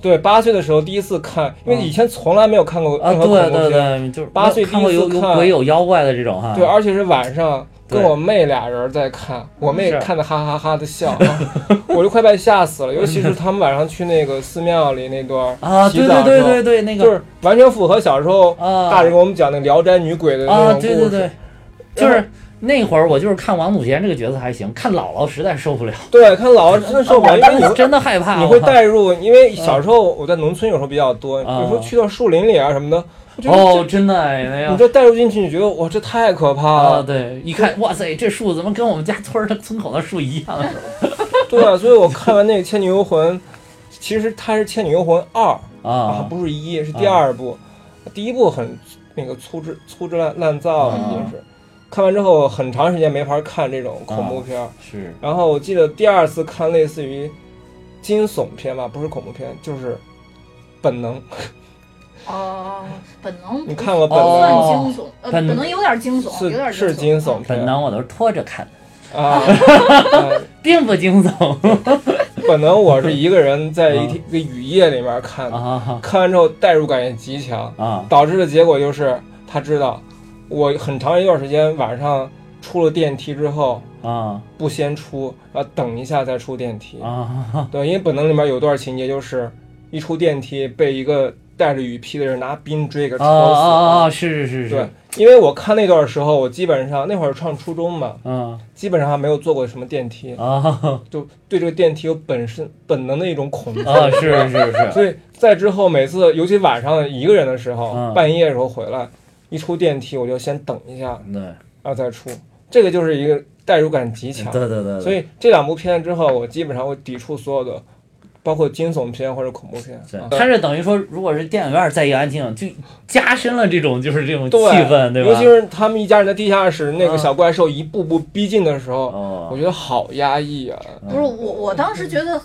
C: 对，八岁的时候第一次看，因为以前从来没有看过
B: 嗯啊，
C: 任何恐
B: 对
C: 怖
B: 对
C: 片。
B: 对，就是
C: 八岁
B: 看过
C: 第一
B: 有
C: 次
B: 有
C: 看
B: 鬼有妖怪的这种哈。
C: 对，而且是晚上
B: 啊对
C: 跟我妹俩人在看，我妹
B: 是
C: 看的哈哈哈的笑， 啊我就快被吓死了。尤其是他们晚上去那个寺庙里那段儿
B: 啊，
C: 洗
B: 对
C: 澡
B: 对
C: 的
B: 对
C: 时候
B: 对对，那个
C: 就是完全符合小时候
B: 啊
C: 大人给我们讲的《聊斋女鬼》的
B: 啊，
C: 那种故事。
B: 对对对，就
C: 然
B: 是那会儿我就是看王祖贤这个角色还行，看姥姥实在受不了，
C: 对，看老真的受不了，因为
B: 当
C: 你
B: 时
C: 会
B: 真的害怕。
C: 你
B: 我
C: 会
B: 靠嗯
C: 带入，因为小时候我在农村有时候比较多，
B: 啊
C: 有时候去到树林里啊什么的，我觉得
B: 哦，真的哎，那
C: 这，
B: 样
C: 你。这带入进去，你觉得哇，这太可怕
B: 啊，
C: 了。
B: 对，一看，哇塞，这树怎么跟我们家村儿的村口的树一样？
C: 对啊，所以我看完那个《倩女幽魂》，其实它是《倩女幽魂二》。啊，
B: 啊，
C: 不是一，是第二部，第一部很那个粗制粗制滥滥造，
B: 啊
C: 已经是。看完之后很长时间没法看这种恐怖片儿，
B: 是
C: 然后我记得第二次看类似于惊悚片吧，不是恐怖片，就是本能。
A: 哦，本能
C: 你看过本
A: 不算
C: 能
B: 哦
A: 惊悚，呃，
B: 本
A: 本能有点惊悚，嗯有
C: 是
A: 点
C: 是惊悚
B: 本
C: 片
B: 能我都是拖着看的，
C: 啊， 啊
B: 并不惊 悚
C: 本能我是一个人在一
B: 啊
C: 天一个雨夜里面看的，
B: 啊
C: 看完之后代入感也极强，
B: 啊。
C: 导致的结果就是他知道我很长一段时间晚上出了电梯之后，
B: 啊
C: 不先出，然后等一下再出电梯。
B: 啊
C: 对，因为本能里面有段情节就是，一出电梯被一个带着雨披的人拿冰锥给
B: 啊
C: 戳死了。
B: 啊啊！是是是
C: 对
B: 是，，
C: 因为我看那段时候，我基本上那会儿上初中嘛，
B: 嗯
C: 基本上还没有坐过什么电梯，
B: 啊
C: 就对这个电梯有本身本能的一种恐惧。
B: 啊，是是是，
C: 所 以在之后每次，尤其晚上一个人的时候，
B: 嗯
C: 半夜的时候回来，一出电梯我就先等一下，
B: 对
C: 然后再出。这个就是一个代入感极强。
B: 对对对，
C: 所以这两部片之后，我基本上会抵触所有的，包括惊悚片或者恐怖片。
B: 对
C: 啊，
B: 它是等于说，如果是电影院再一个安静，就加深了这种就是这种气
C: 对
B: 氛，对
C: 尤
B: 吧？
C: 其是他们一家人在地下室那个
B: 嗯
C: 小怪兽一步步逼近的时候，我
B: 哦，
C: 觉得好压抑啊！
B: 嗯
A: 不是我，我当时觉得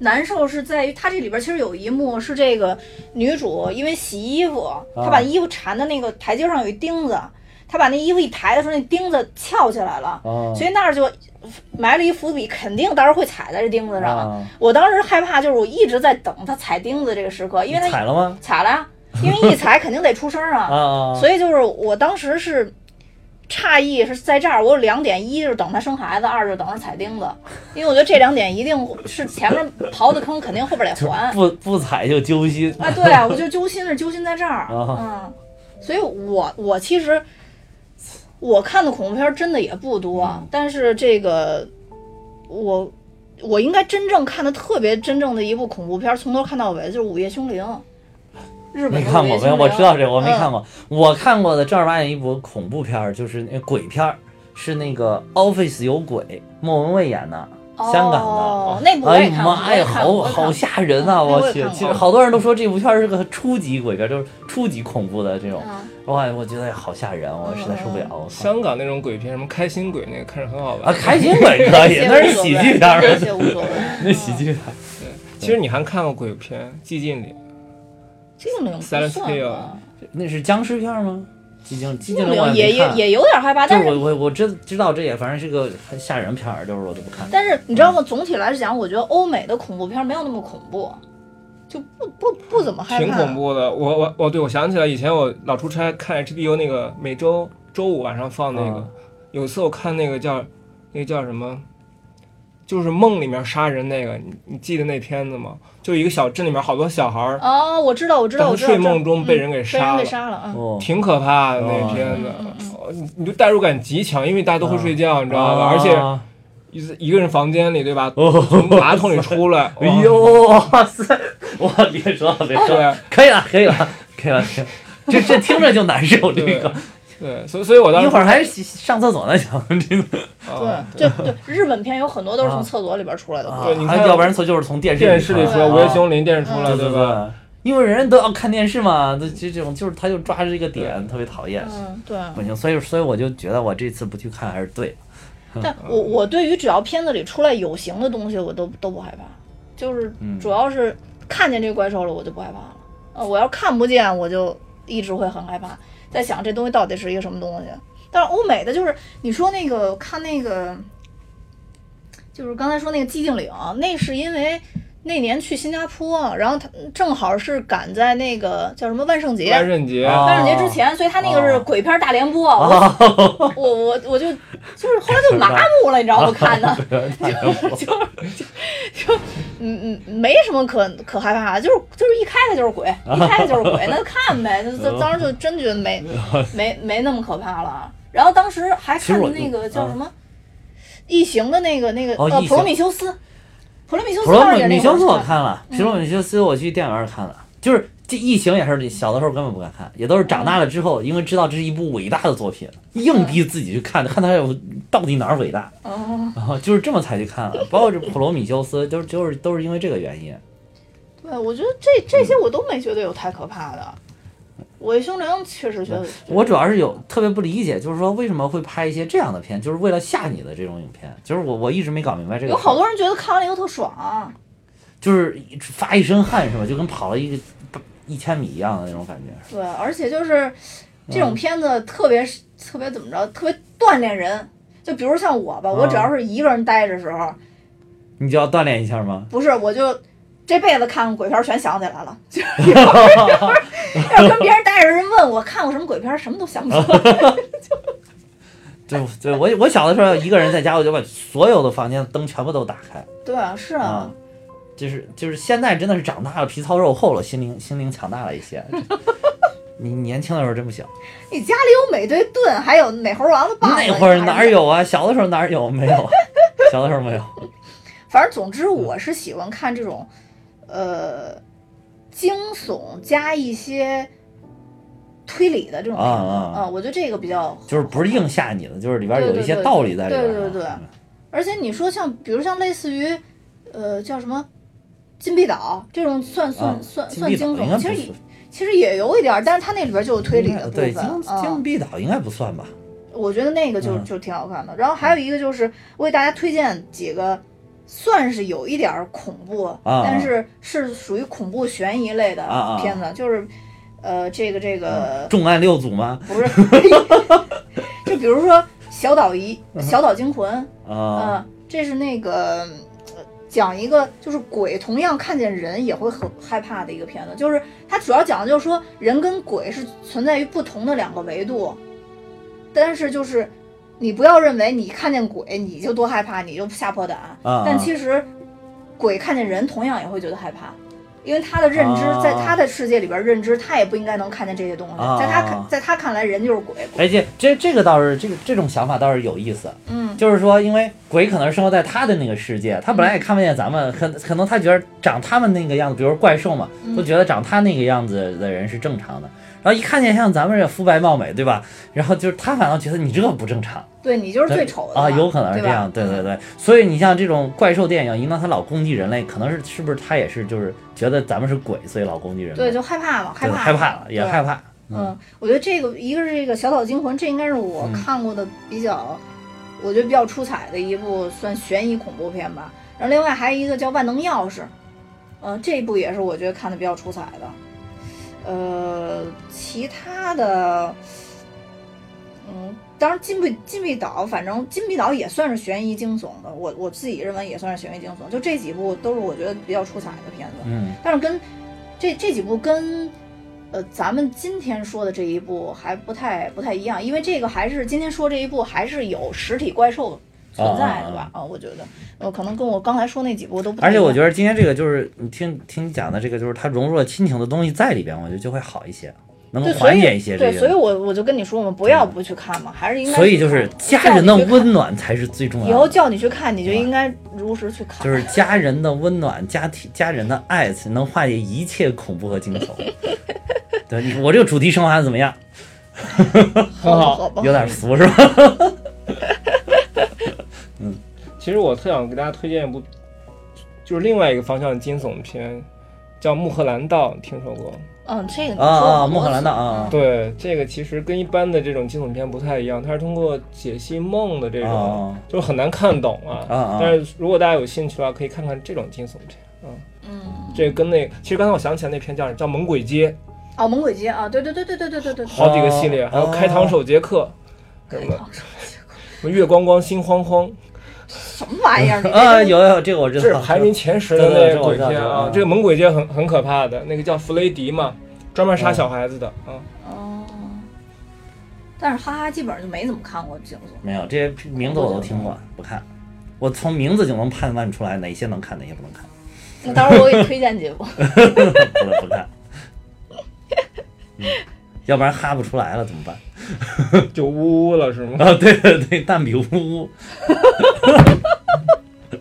A: 难受是在于它这里边其实有一幕是这个女主因为洗衣服，
B: 啊
A: 她把衣服缠的那个台阶上有一钉子，她把那衣服一抬的时候，那钉子翘起来了，
B: 哦，
A: 所以那儿就埋了一伏笔，肯定到时候会踩在这钉子上。
B: 啊
A: 我当时害怕就是我一直在等她踩钉子这个时刻，因为
B: 你
A: 她
B: 踩了吗？
A: 踩了呀，因为一踩肯定得出声 啊。
B: 啊，。
A: 所以就是我当时是诧异是在这儿，我有两点，一就是等他生孩子，二就是等他踩钉子，因为我觉得这两点一定是前面刨的坑，肯定后边得还
B: 不不踩就揪心，
A: 啊，对啊，我就揪心是揪心在这儿，
B: 啊
A: 嗯，所以我我其实我看的恐怖片真的也不多，
B: 嗯
A: 但是这个我。我应该真正看的特别真正的一部恐怖片，从头看到尾，就是《午夜凶铃》，日
B: 没
A: 本的
B: 看
A: 午夜
B: 过
A: 凶
B: 没有？
A: 铃
B: 我知道这个，我没
A: 嗯
B: 看过。我看过的正儿八经一部恐怖片儿，就是那鬼片儿，是那个《Office 有鬼》，莫文蔚演的，香港的。
A: 哦、那部我
B: 哎
A: 也
B: 呀
A: 看过，
B: 妈呀，好好吓人
A: 嗯
B: 呐！
A: 那我
B: 我
A: 也
B: 去
A: 看，过
B: 其实好多人都说这部片儿是个初级鬼片，就是初级恐怖的这种。
A: 啊！
B: 哇，我觉得好吓人，啊我实在受不
A: 嗯
B: 了。我操
C: 香港那种鬼片，什么开心鬼那个看着很好
B: 啊，
C: 玩。
B: 开心鬼可 以，那是喜剧片儿，
A: 这些无所谓。
B: 那喜剧片儿。
C: 其实你还看过鬼片《寂静岭》，
A: 寂静岭不
C: Silent
B: 啊
A: 算
C: Hill
A: 吧，
B: 那是僵尸片儿吗？寂静寂
A: 寂
B: 静
A: 静
B: 岭我
A: 岭也
B: 没
A: 也
B: 看。
A: 也有点害怕，
B: 就
A: 但
B: 是
A: 是
B: 我我我知知道这也反正是个很吓人片儿，就是我都不看。
A: 但是你知道吗？总体来讲，我觉得欧美的恐怖片没有那么恐怖，就不不不怎么害怕。
C: 挺恐。怖的。我我哦我，对，我想起来以前我老出差看 HBO 那个每周周五晚上放那个，
A: 啊
B: 嗯
C: 有一次我看那个叫那个叫什么，就是梦里面杀人那个，你你记得那片子吗？就一个小镇里面好多小孩儿，
A: 哦，我知道，我知道，
C: 当
A: 我
C: 时
A: 知道。嗯
C: 睡梦中被人给
A: 被人
C: 杀了
A: 给。杀了啊！
B: 哦，
C: 挺可怕的
B: 哦
C: 那片子
A: 嗯嗯，
C: 哦你你就代入感极强，因为大家都会睡觉，你知道吧？
B: 啊
C: 而且一一个人房间里，对吧？从
B: 哦，
C: 马桶里出 来，哇
B: 哎，呦，哇塞！哇，别说了，别说了，
C: 对
B: 可以了，可以了，可以了，可以了。这这听着就难受，这
C: 对
B: 个
C: 对，所以所以我当
B: 一
C: 时
B: 会儿还洗上厕所呢，想真的
C: 啊
A: 对，就对，日本片有很多都是
B: 啊
A: 从厕所里边出来的
B: 啊
A: 恐怖。
C: 对你
B: 啊
C: 看
B: 要不然从就是从电视
C: 电视里出来，
A: 对
C: 《
B: 啊
C: 午夜凶铃》电视出来，
B: 对
C: 吧？
B: 对，因为人人都要看电视嘛，这这这种就是他就抓着这个点，特别讨厌，
A: 嗯，对。
B: 不行，所以所以我就觉得我这次不去看还是对的。
A: 但我我对于只要片子里出来有形的东西，我都都不害怕，就是
B: 嗯
A: 主要是看见这怪兽了，我就不害怕了。呃，我要看不见，我就一直会很害怕，在想这东西到底是一个什么东西。但是欧美的就是你说那个看那个，就是刚才说那个寂静岭，那是因为那年去新加坡，然后他正好是赶在那个叫什么万圣节，
C: 万圣节，
B: 啊
A: 万圣节之前，所以他那个
B: 哦
A: 是鬼片大联播，我我我我就就是后来就麻木了，你知 道吗？看的 就是就就嗯嗯没什么可可害怕的，就是就是一开它就是鬼，一开它就是鬼，那就看呗。那 那当时就真觉得没没没那么可怕了。然后当时还
B: 哦其实
A: 看
B: 我
A: 那个
B: 嗯
A: 叫什么《异形》的那个那个
B: 哦
A: 呃
B: 异形
A: 《普罗米修斯》，《普罗米修斯
B: 普罗
A: 二》也
B: 米
A: 那
B: 米
A: 会儿
B: 修斯我
A: 看嗯
B: 看了，普罗米修斯我去电影院看了，就是这异形也是小的时候根本不敢看，也都是长大了之后，因为知道这是一部伟大的作品，硬逼自己去看，看它有到底哪儿伟大，
A: 哦，
B: 然后就是这么才去看了。包括这普罗米修斯，都是就是都是因为这个原因。
A: 对，我觉得这这些我都没觉得有太可怕的。我一凶铃确实觉得，
B: 我主要是有特别不理解，就是说为什么会拍一些这样的片，就是为了吓你的这种影片，就是我我一直没搞明白这个事儿。
A: 有好多人觉得看完了以后特爽，啊
B: 就是发一身汗是吧？就跟跑了一个一千米一样的那种感觉。
A: 对，而且就是这
B: 嗯
A: 种片子特别是、特别怎么着，特别锻炼人。就比如像我吧，我只
B: 嗯
A: 要是一个人待着时候，
B: 你就要锻炼一下吗？
A: 不是我就这辈子看鬼片全想起来了。 就是 要是跟别人待着，人问我看过什么鬼片，什么都想不 起来。
B: 对对，我我小的时候一个人在家，我就把所有的房间的灯全部都打开
A: 对啊，是
B: 啊
A: 啊，。
B: 就是就是现在真的是长大了，皮糙肉厚了，心灵心灵强大了一些。 你年轻的时候真不行，
A: 你哎家里有美队盾，还有美猴王的棒子，
B: 那会儿
A: 你拿
B: 哪
A: 着
B: 儿？有啊？小的时候哪儿有？没有，小的时候没有。
A: 反正总
B: 嗯
A: 之，我是喜欢看这种，呃，惊悚加一些推理的这种
B: 啊
A: 片子
B: 啊啊
A: 嗯我觉得这个比较
B: 就是不是硬吓你的，就是里边有一些
A: 对对对
B: 道理在里边啊。
A: 对对对而且你说像，比如像类似于，呃，叫什么金币岛这种算算、
B: 啊，
A: 算
B: 金
A: 算
B: 币岛
A: 惊
B: 应该
A: 悚，其
B: 不
A: 实
B: 是
A: 也其实也有一点儿，但是它那里边就有推理的部
B: 对
A: 分。
B: 金
A: 嗯
B: 金币岛应该不算吧？
A: 我觉得那个就
B: 嗯
A: 就挺好看的。然后还有一个就是，我给大家推荐几个，算是有一点儿恐怖，
B: 啊
A: 但是是属于恐怖悬疑类的
B: 啊啊嗯
A: 片子，就是，呃，这个这个、
B: 重案六组吗？
A: 不是， 就比如说《小岛一小岛惊魂》嗯、
B: 啊
A: 这是那个。呃讲一个就是鬼同样看见人也会很害怕的一个片子，就是它主要讲的就是说人跟鬼是存在于不同的两个维度，但是就是你不要认为你看见鬼你就多害怕，你就吓破胆。
B: 啊
A: 但其实鬼看见人同样也会觉得害怕，因为他的认知、
B: 啊
A: 在他的世界里边认知，他也不应该能看见这些东西。
B: 啊
A: 在他看在他看来，人就是鬼。
B: 而且哎这这个倒是这个这种想法倒是有意思，
A: 嗯，
B: 就是说，因为鬼可能生活在他的那个世界，他本来也看不见咱们，可可能他觉得长他们那个样子，比如怪兽嘛，
A: 嗯
B: 都觉得长他那个样子的人是正常的，然后一看见像咱们这肤白貌美，对吧？然后就是他反倒觉得你这个不正常。
A: 对你就是最丑的
B: 啊，
A: 嘛
B: 有可能是这样，对
A: 对吧嗯
B: 对对。所以你像这种怪兽电影，一旦它老攻击人类，可能是是不是它也是就是觉得咱们是鬼，所以老攻击人类，
A: 对，就害怕嘛，害
B: 对
A: 怕
B: 害怕了，也
A: 对
B: 害怕。
A: 嗯，我觉得这个一个是这个《小岛惊魂》，这应该是
B: 嗯
A: 我看过的比较，我觉得比较出彩的一部算悬疑恐怖片吧。然后另外还有一个叫《万能钥匙》，嗯、这一部也是我觉得看的比较出彩的。呃，其他的，嗯，当然金币金币岛，反正金币岛也算是悬疑惊悚的，我我自己认为也算是悬疑惊悚。就这几部都是我觉得比较出彩的片子。
B: 嗯，
A: 但是跟这这几部跟呃咱们今天说的这一部还不太不太一样，因为这个还是今天说这一部还是有实体怪兽存在的吧？啊、我觉得呃可能跟我刚才说那几部都不太
B: 而且我
A: 得
B: 觉得今天这个就是你听听你讲的这个，就是它融入了亲情的东西在里边，我觉得就会好一些，能够
A: 对，所
B: 缓
A: 以
B: 解一些这
A: 对，
B: 个。
A: 所以我我就跟你说嘛，不要不去看嘛，还是应该
B: 所以
A: 去
B: 就是
A: 看
B: 家人的。
A: 叫你去看
B: 温暖才是最重
A: 以
B: 要
A: 后
B: 的，
A: 叫你去看，你就应该如实去看。
B: 就是家人的温暖、家庭、家人的爱，才能化解一切恐怖和惊悚。 对你，我这个主题升华的怎么样？
C: 很好。
A: 好吧
B: 有点俗是吧？
C: 其实我特想给大家推荐一部，就是另外一个方向的惊悚片，叫《穆赫兰道》，听说过？
A: 嗯，这个你说
B: 啊啊，
A: 好
B: 穆赫兰道
A: 多次
B: 啊，
C: 对，这个其实跟一般的这种惊悚片不太一样，它是通过解析梦的这种，
B: 哦
C: 就是很难看懂啊。
B: 啊啊
C: 但是如果大家有兴趣的话，可以看看这种惊悚片。嗯，
A: 嗯，
C: 这跟那其实刚才我想起来那片叫什么叫《猛鬼街
A: 哦，猛鬼街啊，对对对对对对对对》，对，
C: 好几个系列，
B: 哦
C: 还有《开膛手杰
B: 啊
C: 克》什么什么月光光心慌慌，
A: 什么玩意儿？你这
B: 啊，
A: 都
B: 有有这个我知
C: 这是
B: 道，
C: 排名前十的
B: 对对
C: 那个
B: 这我
C: 鬼
B: 知道
C: 片
B: 这我知
C: 啊
B: 道。
C: 这个《猛鬼街》很很可怕的，那个叫弗雷迪嘛，专门杀
B: 嗯
C: 小孩子的啊。
A: 哦，但是哈哈基本上就没怎么看过惊悚。
B: 没有这些名字我都听过，不看，我从名字就能判断出来哪些能看，哪些不能看，
A: 那到时候我给你推荐几部。
B: 不能不看，嗯，要不然哈不出来了怎么办？
C: 就呜呜了是吗？
B: 啊，对对对，蛋比呜呜，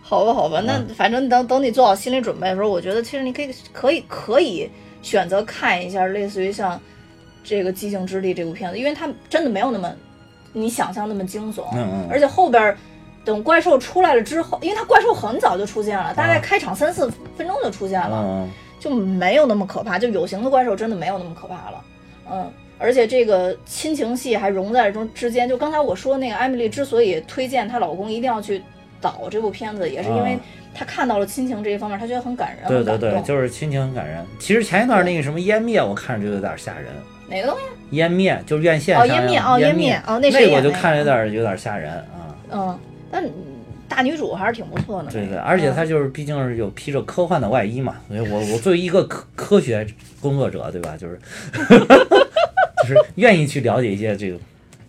A: 好吧，好吧，那反正等等你做好心理准备的时候，我觉得其实你可以可以可以选择看一下，类似于像这个《寂静之地》这部片子，因为它真的没有那么你想象那么惊悚，
B: 嗯嗯
A: 而且后边儿等怪兽出来了之后，因为它怪兽很早就出现了，大概开场三四分钟就出现了，
B: 嗯，
A: 就没有那么可怕，就有形的怪兽真的没有那么可怕了，嗯，而且这个亲情戏还融在中之间。就刚才我说那个艾米丽之所以推荐她老公一定要去导这部片子，也是因为
B: 啊
A: 她看到了亲情这一方面，她觉得很感人，
B: 对
A: 很
B: 对
A: 感
B: 对，
A: 动。
B: 就是亲情很感人。其实前一段那个什么湮灭，我看着就有点吓人，
A: 哪个东西？
B: 湮灭就是院线
A: 哦，
B: 上
A: 湮灭，
B: 映
A: 哦，
B: 湮
A: 灭，哦，那谁
B: 那个我
A: 演
B: 就
A: 的呀
B: 看着有点有点吓人啊。
A: 嗯，但大女主还是挺不错的。
B: 对
A: 那
B: 对，
A: 个
B: 而且
A: 嗯
B: 他就是毕竟是有披着科幻的外衣嘛，所以我我作为一个科 科学工作者，对吧？就是 就是愿意去了解一些这个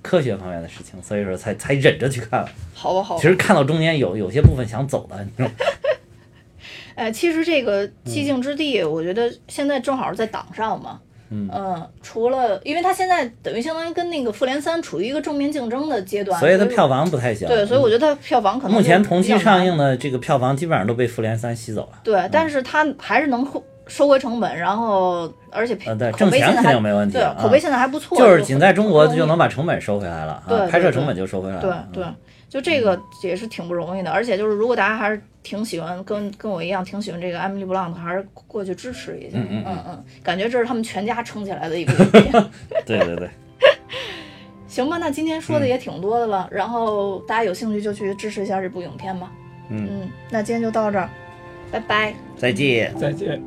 B: 科学方面的事情，所以说才才忍着去看。
A: 好吧，好吧
B: 其。实看到中间有有些部分想走的，你知道吗？
A: 呃，其实这个《寂静之地》，我觉得现在正好是在档上嘛。
B: 嗯
A: 除了因为它现在等于相当于跟那个《复联三》处于一个正面竞争的阶段，
B: 所以它票房不太行。
A: 对，所以我觉得它票房可能
B: 嗯目前
A: 就
B: 同
A: 比
B: 期
A: 较
B: 上
A: 难
B: 映嗯的这个票房基本上都被《复联三》吸走了。
A: 对，但是它还是能收回成本，然后而且
B: 嗯，对，
A: 口
B: 挣
A: 碑
B: 钱
A: 现在
B: 肯
A: 还
B: 定没问题
A: 对
B: 啊。
A: 口碑现在还不错，
B: 就是仅在中国就能
A: 把
B: 把成本收回来了
A: 对
B: 啊，
A: 对
B: 拍摄成本就收回来
A: 对
B: 了。
A: 对
B: 嗯，
A: 就这个也是挺不容易的。而且就是如果大家还是挺喜欢跟跟我一样挺喜欢这个 Emily Blunt，还是过去支持一下。
B: 嗯嗯嗯
A: 嗯感觉这是他们全家撑起来的一个影片。
B: 对对对，
A: 行吧，那今天
B: 嗯
A: 说的也挺多的了，然后大家有兴趣就去支持一下这部影片吧。
B: 嗯，
A: 嗯，那今天就到这儿，拜拜。
B: 再见。
C: 再见。